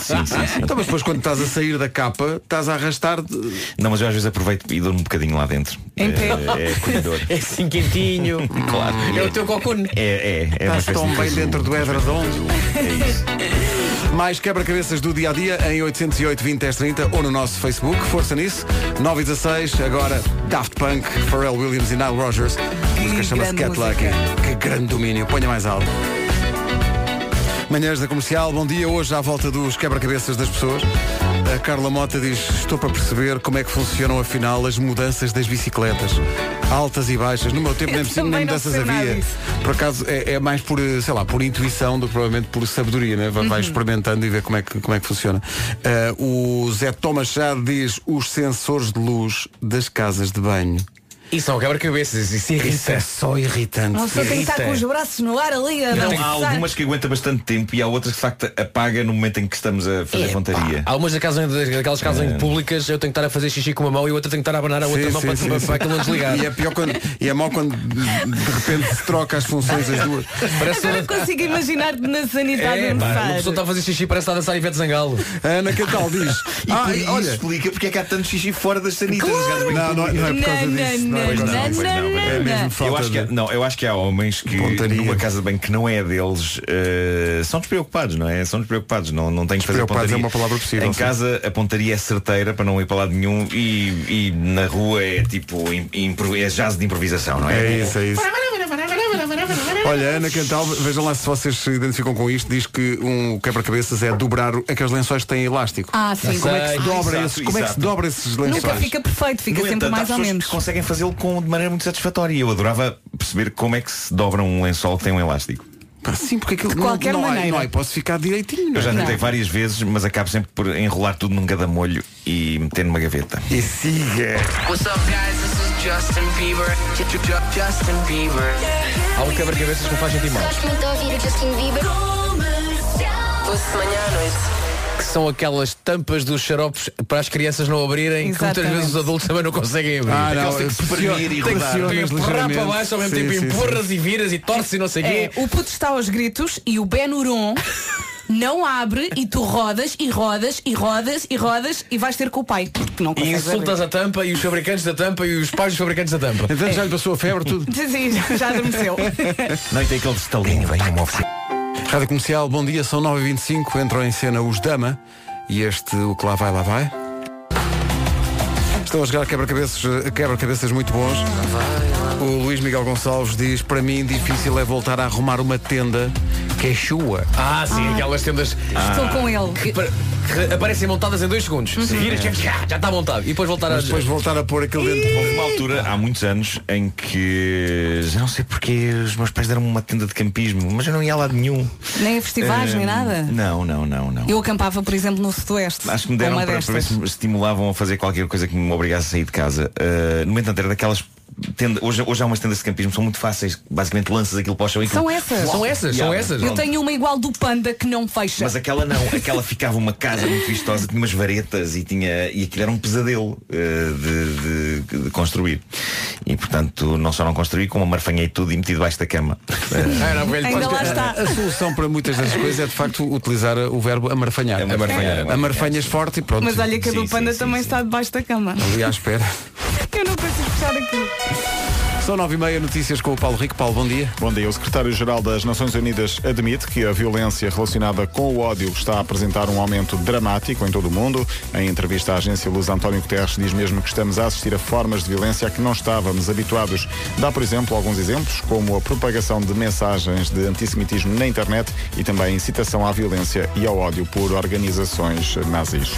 S11: sim, sim, sim.
S1: Então, mas depois quando estás a sair da capa, estás a arrastar. de-
S11: Não, mas eu às vezes aproveito e dou-me um bocadinho lá dentro.
S3: Em
S11: Eh,
S3: pé.
S1: Então.
S11: é, corredor.
S8: É assim quentinho.
S11: Claro.
S8: É o teu cocune.
S11: É, é, é
S1: Estás
S11: uma espécie
S1: tão
S11: de
S1: bem
S11: casulo.
S1: dentro do edredom.
S11: É isso.
S1: Mais quebra-cabeças do dia a dia em 808 20 10 30 ou no nosso Facebook. Força nisso. 9 e 16, agora Daft Punk, Pharrell Williams e Nile Rogers. A música chama-se
S3: grande
S1: Get Lucky.
S3: música.
S1: Que grande domínio. Ponha mais alto. Manhãs da Comercial, bom dia. Hoje à volta dos quebra-cabeças das pessoas. A Carla Mota diz, estou para perceber como é que funcionam afinal as mudanças das bicicletas. Altas e baixas. No meu tempo
S3: Eu
S1: nem, preciso- nem
S3: também não
S1: mudanças
S3: sei nada
S1: havia.
S3: disso.
S1: Por acaso é, é mais por, eh, sei lá, por intuição do que provavelmente por sabedoria, né? Vai, vai experimentando e ver como é que, como é que funciona. Ah, o Zé Tom Machado diz os sensores de luz das casas de banho.
S8: E são quebra-cabeças,
S1: Isso
S8: isso
S1: é
S8: irrita.
S1: só irritante.
S3: Uma pessoa tem que estar
S8: irrita.
S3: com os braços no ar ali a
S11: Não, há
S3: dançar.
S11: algumas que aguenta bastante tempo e há outras que de facto apaga no momento em que estamos a fazer pontaria.
S8: Há umas daquelas, daquelas casas públicas, eu tenho que estar a fazer xixi com uma mão e outra tenho que estar a abanar a outra
S1: É. Sim,
S8: mão
S1: sim,
S8: para,
S1: sim,
S8: para,
S1: sim.
S8: para aquilo não desligar.
S1: E é pior quando, e é mau quando de repente se troca as funções das duas. É
S8: Parece
S3: Agora consigo imaginar na sanidade
S8: É,
S3: a
S8: pá, uma
S3: dançar.
S8: pessoa está a fazer xixi parece estar a dançar Ivete Zangalo.
S1: A Ana Catal diz.
S11: E
S1: Ah,
S11: por isso
S1: olha.
S11: explica porque é que há tanto xixi fora das sanitas.
S3: Claro.
S11: os gajos bem
S1: Não, não, não é por causa
S3: Não,
S1: disso. Não, é por
S11: Pois
S1: causa
S11: não,
S1: disso.
S11: pois não, pois não.
S1: É mesmo falta
S11: eu acho que há,
S1: de-
S11: não, eu acho que há homens que
S1: Pontaria.
S11: numa casa de banho que não é deles eh, são despreocupados, não é? São despreocupados, não, não têm que fazer
S1: Despreocupados
S11: pontaria.
S1: é uma palavra possível,
S11: Em
S1: sim.
S11: casa a pontaria é certeira para não ir para lado nenhum e, e na rua é tipo im- impro- é jazz de improvisação, não é?
S1: É isso, é isso. Olha, a Ana Cantal, vejam lá se vocês se identificam com isto, diz que um quebra-cabeças é dobrar o- aqueles lençóis que têm elástico.
S3: Ah, sim.
S1: Como é que se
S11: Sei.
S1: dobra,
S11: Exato,
S1: esses, como é que se
S11: exato.
S1: dobra esses lençóis?
S3: Nunca fica perfeito, fica
S11: No
S3: sempre
S11: entanto, há
S3: mais ou
S11: pessoas
S3: menos.
S11: que conseguem fazê-lo com, de maneira muito satisfatória. Eu adorava perceber como é que se dobra um lençol que tem um elástico.
S1: Pá, sim, porque aquilo
S3: De
S1: não-
S3: qualquer
S1: não, há,
S3: maneira.
S1: não há, posso ficar direitinho. não
S11: Eu
S1: é?
S11: já
S3: Não.
S11: tentei várias vezes, mas acabo sempre por enrolar tudo num gadamolho e meter numa gaveta.
S1: E siga.
S14: What's up, guys? This is Justin Bieber. Ju- ju- ju- Justin Bieber.
S8: Há um quebra-cabeças que me faz sentir mal.
S6: Gosto muito de ouvir o Justin Bieber.
S14: Doce de manhã à noite.
S8: Que são aquelas tampas dos xaropes para as crianças não abrirem, que muitas
S3: Exatamente.
S8: vezes os adultos também não conseguem abrir.
S1: Ah, não,
S11: tem que se
S1: pressiona-
S11: espremir e
S1: tem que
S11: rodar.
S1: pressionas
S8: Tem que empurrar para
S1: ligeiramente.
S8: baixo ao mesmo
S1: Sim,
S8: tempo,
S1: sim, sim.
S8: empurras e viras e torces e não sei o
S3: É,
S8: quê.
S3: o puto está aos gritos e o Ben Uron não abre e tu rodas e rodas e rodas e rodas e vais ter com o pai. Porque não
S8: E
S3: consegues
S8: insultas
S3: abrir.
S8: a tampa e os fabricantes da tampa e os pais dos fabricantes da tampa.
S1: Então já lhe passou a febre tudo.
S3: Sim, já adormeceu.
S11: Não, e tem aquele estalinho, vem uma oficina.
S1: Rádio Comercial, bom dia, são 9h25, entram em cena os Dama e este O Que Lá Vai, Lá Vai. Estão a jogar quebra-cabeças eh, quebra-cabeças muito bons. O Luís Miguel Gonçalves diz, para mim difícil é voltar a arrumar uma tenda que é chua.
S8: Ah, sim,
S1: Ah.
S8: aquelas tendas.
S1: Estou
S3: com ele.
S8: Que, pa- que aparecem montadas em dois segundos.
S3: Uhum.
S8: Se viras, já já está montado. E depois voltar a.
S11: Mas depois
S1: voltar a pôr aquele
S11: dentro. Houve uma altura, há muitos anos, em que já não sei porque os meus pais deram-me uma tenda de campismo, mas eu não ia a lado nenhum.
S3: Nem a festivais, nem
S11: Ahm,
S3: nada.
S11: Hum, Não, não, não, não.
S3: Eu acampava, por exemplo, no Sudoeste.
S11: Acho que me
S3: com
S11: deram
S3: uma
S11: para, para ver
S3: destas.
S11: se me estimulavam a fazer qualquer coisa que me obrigasse a sair de casa. Ah, no entanto, era daquelas. Tenda, hoje, hoje há umas tendas de campismo, são muito fáceis, basicamente lanças aquilo para o chão e
S3: São
S11: aquilo-
S3: essas.
S11: Uau, yeah,
S3: Eu
S11: pronto.
S3: tenho uma igual do Panda que não fecha.
S11: Mas aquela não, aquela ficava uma casa muito vistosa, tinha umas varetas e tinha e aquilo era um pesadelo eh, de, de- de construir. E portanto, não só não construí, como amarfanhei tudo e meti debaixo da cama. Eh,
S1: Era velho,
S3: Ainda
S1: pode-
S3: lá está.
S1: A solução para muitas dessas coisas é de facto utilizar o verbo amarfanhar.
S11: Amarfanhar.
S1: Amarfanhas forte e pronto.
S3: Mas olha que a do Panda também está debaixo da cama.
S1: Ali à espera.
S3: Eu não consigo fechar aqui.
S1: São 9h30, notícias com o Paulo Rico. Paulo, bom dia.
S5: Bom dia. O secretário-geral das Nações Unidas admite que a violência relacionada com o ódio está a apresentar um aumento dramático em todo o mundo. Em entrevista à agência Luz, António Guterres diz mesmo que estamos a assistir a formas de violência a que não estávamos habituados. Dá, por exemplo, alguns exemplos, como a propagação de mensagens de antissemitismo na internet e também a incitação à violência e ao ódio por organizações nazis.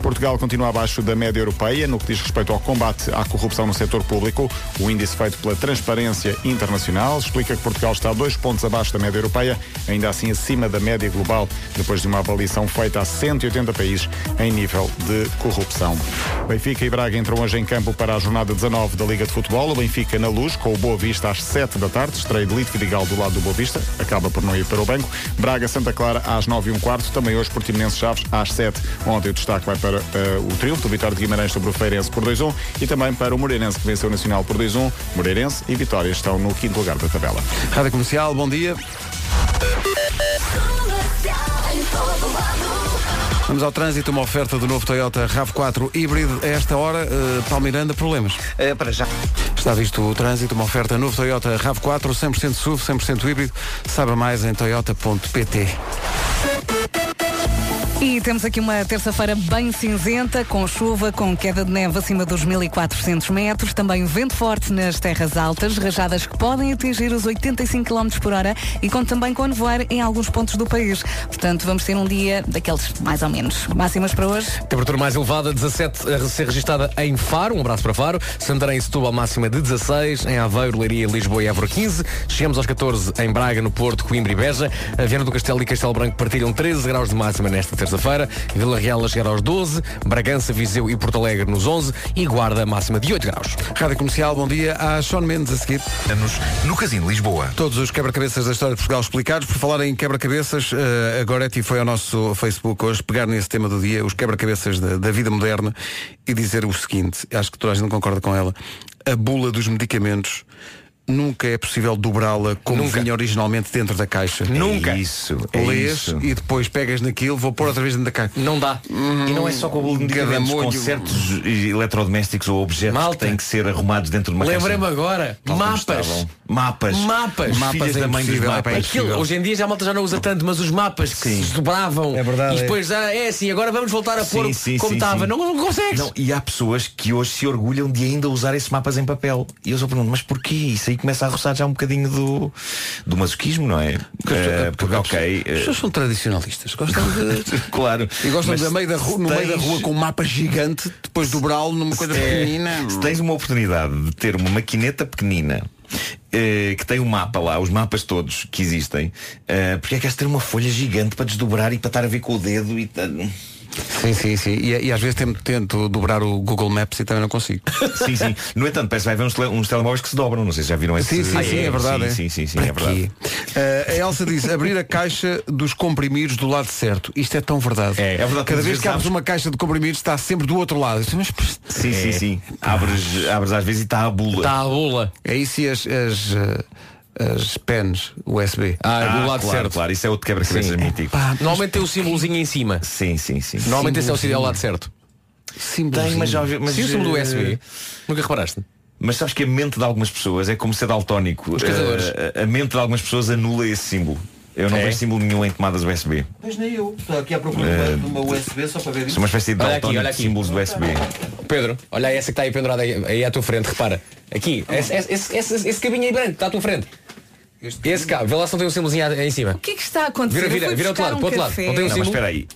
S5: Portugal continua abaixo da média europeia no que diz respeito ao combate à corrupção no setor público. O índice feito pela Transparência Internacional explica que Portugal está dois pontos abaixo da média europeia, ainda assim acima da média global, depois de uma avaliação feita a 180 países em nível de corrupção. Benfica e Braga entram hoje em campo para a jornada 19 da Liga de Futebol. O Benfica na luz, com o Boa Vista às 7 da tarde. Estreia de Lito Vidigal do lado do Boa Vista. Acaba por não ir para o banco. Braga Santa Clara às 9 e um quarto. Também hoje Portimonense Chaves às 7. Ontem o destaque vai para eh, o triunfo do Vitória de Guimarães sobre o Feirense por 2-1 e também para o Moreirense que venceu o Nacional por 2-1. Moreirense e Vitória estão no quinto lugar da tabela.
S1: Rádio Comercial, bom dia. Vamos ao trânsito, uma oferta do novo Toyota RAV4 híbrido. A esta hora, eh, Paulo Miranda, problemas?
S2: Eh, para já.
S1: Está visto o trânsito, uma oferta novo Toyota RAV4, 100% SUV, 100% híbrido. Saiba mais em toyota.pt.
S3: E temos aqui uma terça-feira bem cinzenta, com chuva, com queda de neve acima dos 1400 metros, também vento forte nas terras altas, rajadas que podem atingir os 85 km por hora e conta também com nevoeiro em alguns pontos do país. Portanto, vamos ter um dia daqueles mais ou menos. Máximas para hoje?
S8: Temperatura mais elevada, 17 a ser registada em Faro, um abraço para Faro, Santarém e Setúbal máxima de 16, em Aveiro, Leiria, Lisboa e Évora 15, chegamos aos 14 em Braga, no Porto, Coimbra e Beja, a Viana do Castelo e Castelo Branco partilham 13 graus de máxima nesta terça-feira, Vila Real a chegar aos 12, Bragança, Viseu e Porto Alegre nos 11 e Guarda máxima de 8 graus.
S1: Rádio Comercial, bom dia. Há Sean Mendes a seguir.
S4: Anos no Casino Lisboa.
S1: Todos os quebra-cabeças da história de Portugal explicados. Por falar em quebra-cabeças, eh, a Goretti foi ao nosso Facebook hoje pegar nesse tema do dia, os quebra-cabeças da, da vida moderna, e dizer o seguinte: acho que toda a gente concorda com ela. A bula dos medicamentos nunca é possível dobrá-la como
S8: Nunca.
S1: vinha originalmente dentro da caixa.
S8: Nunca.
S11: É isso, é
S1: Lês
S11: isso.
S1: e depois pegas naquilo, vou pôr outra vez dentro da caixa. Hum,
S8: Não dá.
S11: E não é só com o bolo de medicamentos, com certos eletrodomésticos ou objetos que têm que ser arrumados dentro de uma caixa.
S8: Lembrei-me agora,
S11: Tal como
S8: mapas.
S11: estavam. Mapas.
S8: Mapas. é
S11: Os filhos da mãe dos mapas.
S8: Aquilo, hoje em dia já a malta já não usa tanto, mas os mapas que se dobravam. É
S11: verdade,
S8: E depois já é assim, agora vamos voltar a
S11: Sim,
S8: pôr
S11: sim,
S8: como
S11: sim,
S8: estava.
S11: sim.
S8: Não, não consegues.
S11: Não, e há pessoas que hoje se orgulham de ainda usar esses mapas em papel. E eu só pergunto, mas porquê? Isso aí começa a roçar já um bocadinho do, do masoquismo, não é? Eh, porque, ok. eh,
S1: As pessoas são tradicionalistas, gostam de.
S11: claro.
S1: E gostam
S11: Mas
S1: de, a meio da
S11: se
S1: rua, no meio da
S11: tens- É.
S1: rua com um mapa gigante, depois dobrá-lo numa coisa
S11: Se-
S1: pequenina.
S11: Se tens uma oportunidade de ter uma maquineta pequenina eh, que tem um mapa lá, os mapas todos que existem, eh, porque é que has de ter uma folha gigante para desdobrar e para estar a ver com o dedo e tal?
S1: Sim, sim, sim. E, e às vezes tento, tento dobrar o Google Maps e também não consigo.
S11: Sim, sim. No entanto, parece que vai haver uns, tele- uns telemóveis que se dobram. Não sei se já viram esse
S1: Sim, sim,
S11: Ah,
S1: sim, é verdade, é.
S11: Sim, sim, sim, sim,
S1: Para
S11: é verdade.
S1: Eh, a Elsa diz, abrir a caixa dos comprimidos do lado certo. Isto é tão verdade.
S11: É, é verdade,
S1: Cada
S11: às
S1: vez
S11: vezes
S1: que abres
S11: sabes-
S1: uma caixa de comprimidos está sempre do outro lado. é Mas, mas-
S11: Sim, sim, sim. Abres, abres às vezes e está a bula.
S8: Está a bula.
S1: É isso e as, as, eh, as pens USB.
S8: Ah, do lado
S11: claro,
S8: certo.
S11: Claro, isso é outro quebra-cabeças
S8: Sim.
S11: mítico.
S8: Pá, Normalmente tem o símbolozinho em cima.
S11: Sim, sim, sim.
S8: Normalmente esse é o
S11: Símbolozinho.
S8: símbolo ao lado certo.
S11: Tem, mas já ouvi- mas,
S8: Sim, o símbolo do
S11: eh,
S8: USB. Nunca reparaste?
S11: Mas sabes que a mente de algumas pessoas é como ser daltónico.
S8: Os caçadores.
S11: Eh, a mente de algumas pessoas anula esse símbolo. Eu não
S8: É?
S11: vejo símbolo nenhum em tomadas USB.
S15: Pois nem eu. Estou aqui à procura
S11: Eh,
S15: de uma USB só para ver
S11: Sou uma espécie de
S8: Olha
S11: daltónico
S8: aqui, olha
S11: de
S8: aqui.
S11: símbolos do USB.
S8: Pedro, olha essa que está aí pendurada aí, aí à tua frente, repara. Aqui, esse, esse, esse, esse- esse cabinho aí branco está à tua frente. Esse cá, vê lá se não tem um símbolozinho aí em cima.
S3: O que é que está a acontecer?
S8: Vira, vira,
S3: Eu fui
S8: vira outro
S3: buscar
S8: lado, para outro lado.
S3: café.
S8: Não tem um
S11: Não, mas
S8: símbolo?
S11: espera aí.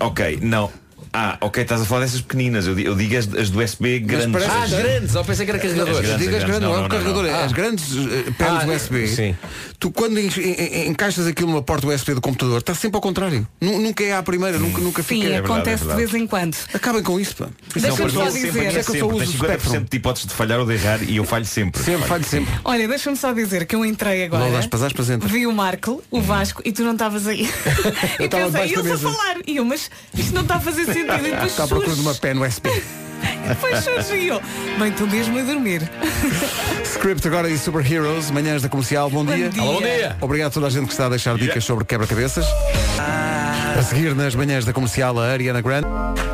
S11: Ok, não. Ah, ok, estás a falar dessas pequeninas. Eu di- eu digo, as, as do USB grandes.
S8: Ah, grandes, ou pensei que era carregador.
S11: As grandes,
S1: Digas
S11: as
S1: grande, não, é um
S11: não, não,
S1: carregador,
S11: não.
S1: é as grandes eh, pens
S8: Ah,
S1: USB.
S8: sim.
S1: Tu quando en- en- encaixas aquilo numa porta USB do computador, está sempre ao contrário. Nu- Nunca é à primeira, nunca, nunca
S3: Sim,
S1: fica. é
S3: acontece de vez em quando.
S1: Acabem com isso, um pá.
S3: Deixa-me
S11: Não, mas
S3: só
S11: eu sempre,
S3: dizer.
S11: mas
S3: É que eu só
S11: sempre.
S3: uso
S11: Tens
S3: o
S11: 50% de hipóteses de falhar ou de errar e eu falho sempre.
S1: Sempre, falho sempre.
S3: Olha, deixa-me só dizer que eu entrei agora.
S8: né?
S1: Logo às pas- às presentes.
S3: Vi o Marco, o Vasco, e tu não estavas aí.
S1: Eu
S3: e
S1: estava
S3: pensei,
S1: debaixo da
S3: eles a
S1: mesa.
S3: falar. E eu, mas isto não está a fazer sentido. E depois
S1: Está à procura de
S3: surge.
S1: uma pen USB.
S3: Depois surgiu. Bem, estou mesmo a dormir.
S1: Script agora e Super Heroes, manhãs da comercial, bom dia.
S3: dia. Alô, bom dia.
S1: Obrigado a toda a gente que está a deixar dicas sobre quebra-cabeças. A seguir nas manhãs da comercial, a Ariana Grande.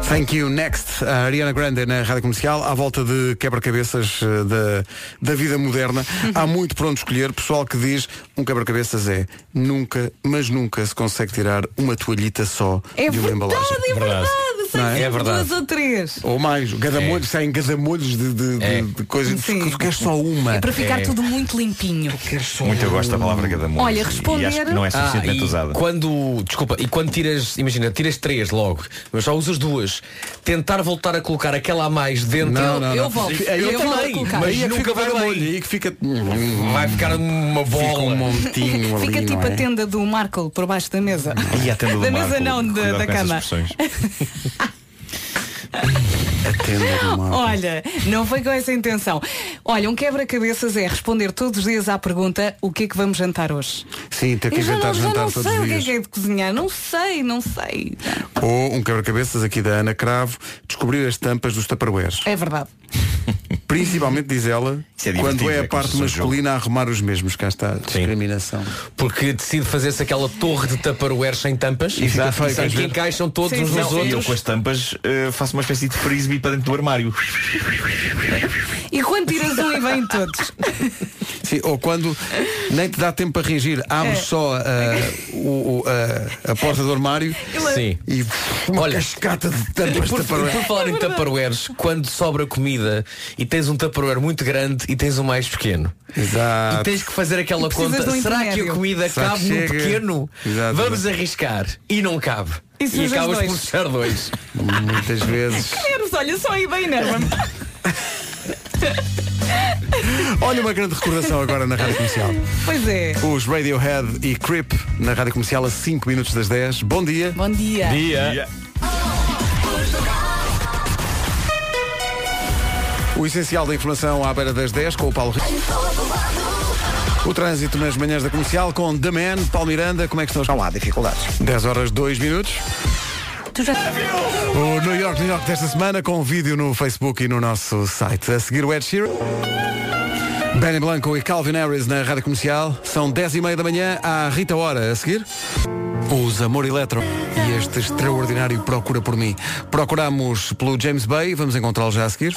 S1: Thank you, next. A Ariana Grande na rádio comercial, à volta de quebra-cabeças eh, da, da vida moderna. Há muito pronto escolher. Pessoal que diz: um quebra-cabeças é nunca, mas nunca se consegue tirar uma toalhita só
S3: É
S1: de uma
S3: verdade,
S1: embalagem.
S3: é verdade. São
S1: Não é?
S3: sempre
S1: É verdade.
S3: duas ou três.
S1: Ou mais, gadamolhos, saem gadamolhos de, de, de- de coisas.
S3: Sim.
S1: Tu queres só uma.
S3: É para ficar
S1: É.
S3: tudo muito limpinho.
S11: Muito eu gosto da palavra gadamolhos.
S3: Olha,
S11: e acho que
S3: responder-
S11: não é suficientemente
S8: Ah, e
S11: usada.
S8: Quando, desculpa, e quando tiras, imagina, tiras três logo, mas só usas duas, tentar voltar a colocar aquela a mais dentro.
S1: Não, não, não.
S8: eu volto.
S1: Aí
S8: eu
S1: eu volto a
S8: também,
S1: colocar.
S8: mas
S1: Aí é que
S8: nunca
S1: fica
S8: vai
S1: bem
S8: bem.
S1: molho, aí que fica.
S8: Vai ficar uma bola.
S1: Fica um montinho ali,
S3: Fica tipo
S1: não é?
S3: a tenda do Marco por baixo da mesa.
S11: E a tenda do
S3: da
S11: Marco,
S3: mesa não, de-
S11: cuidado
S3: da
S11: com essas
S3: cama.
S11: expressões.
S3: Olha, não foi com essa intenção. Olha, um quebra-cabeças é responder todos os dias à pergunta o que é que vamos jantar hoje.
S1: Sim, ter que
S3: Eu já
S1: inventar
S3: não, já
S1: jantar
S3: não
S1: todos
S3: sei
S1: os
S3: o é que é
S1: dias.
S3: que é de cozinhar, não sei, não sei.
S1: Ou um quebra-cabeças aqui da Ana Cravo, descobrir as tampas dos taparoeiros.
S3: É verdade.
S1: Principalmente, diz ela,
S11: Isso é
S1: quando
S11: divertido,
S1: é
S11: é
S1: a parte
S11: como se fosse um
S1: masculina a arrumar os mesmos. Cá está a discriminação.
S8: Porque decide fazer-se aquela torre de tupperware sem tampas
S1: E fica feio,
S8: em
S1: queres
S8: que
S1: ver?
S8: encaixam todos uns nos
S11: Não, e eu
S8: outros.
S11: com as tampas eh, faço uma espécie de frisbee para dentro do armário.
S3: E quando tiras um e vêm todos.
S1: Sim, ou quando nem te dá tempo para reagir, abre
S3: É.
S1: só ah, o- o- ah, a porta do armário
S3: Eu-
S8: Sim.
S1: e pff, uma
S8: Olha,
S1: cascata de
S8: E
S1: tampas de
S8: por, e
S1: taparoeiros.
S8: por
S3: É
S8: falar em tupperwares, quando sobra comida e tens um tupperware muito grande e tens um mais pequeno,
S1: Exato.
S8: tu tens que fazer aquela
S3: E precisas
S8: conta,
S3: de um
S8: será que a
S3: intermédio?
S8: comida
S1: Será que
S8: cabe no
S1: chega?
S8: pequeno?
S1: Exato,
S8: Vamos arriscar. E não cabe.
S3: E
S8: E,
S3: surgem
S8: acabas
S3: os dois.
S8: por fechar dois.
S1: Muitas vezes.
S3: Queres, olha, só e é? bem nerva
S1: Olha uma grande recordação agora na rádio comercial.
S3: Pois é.
S1: Os Radiohead e Creep na rádio comercial a 5 minutos das 10. Bom dia.
S3: Bom dia.
S11: Yeah.
S1: O essencial da informação à beira das 10 com o Paulo Rico. O trânsito nas manhãs da comercial com The Man, Paulo Miranda. Como é que estão?
S2: Não há dificuldades.
S1: 10 horas 2 minutos. O New York, New York desta semana com um vídeo no Facebook e no nosso site. A seguir o Ed Sheeran. Benny Blanco e Calvin Harris na rádio comercial. São 10 e meia da manhã à Rita Hora. A seguir. Os Amor Eletro e este extraordinário Procura por mim. Procuramos pelo James Bay, vamos encontrá-lo já a seguir.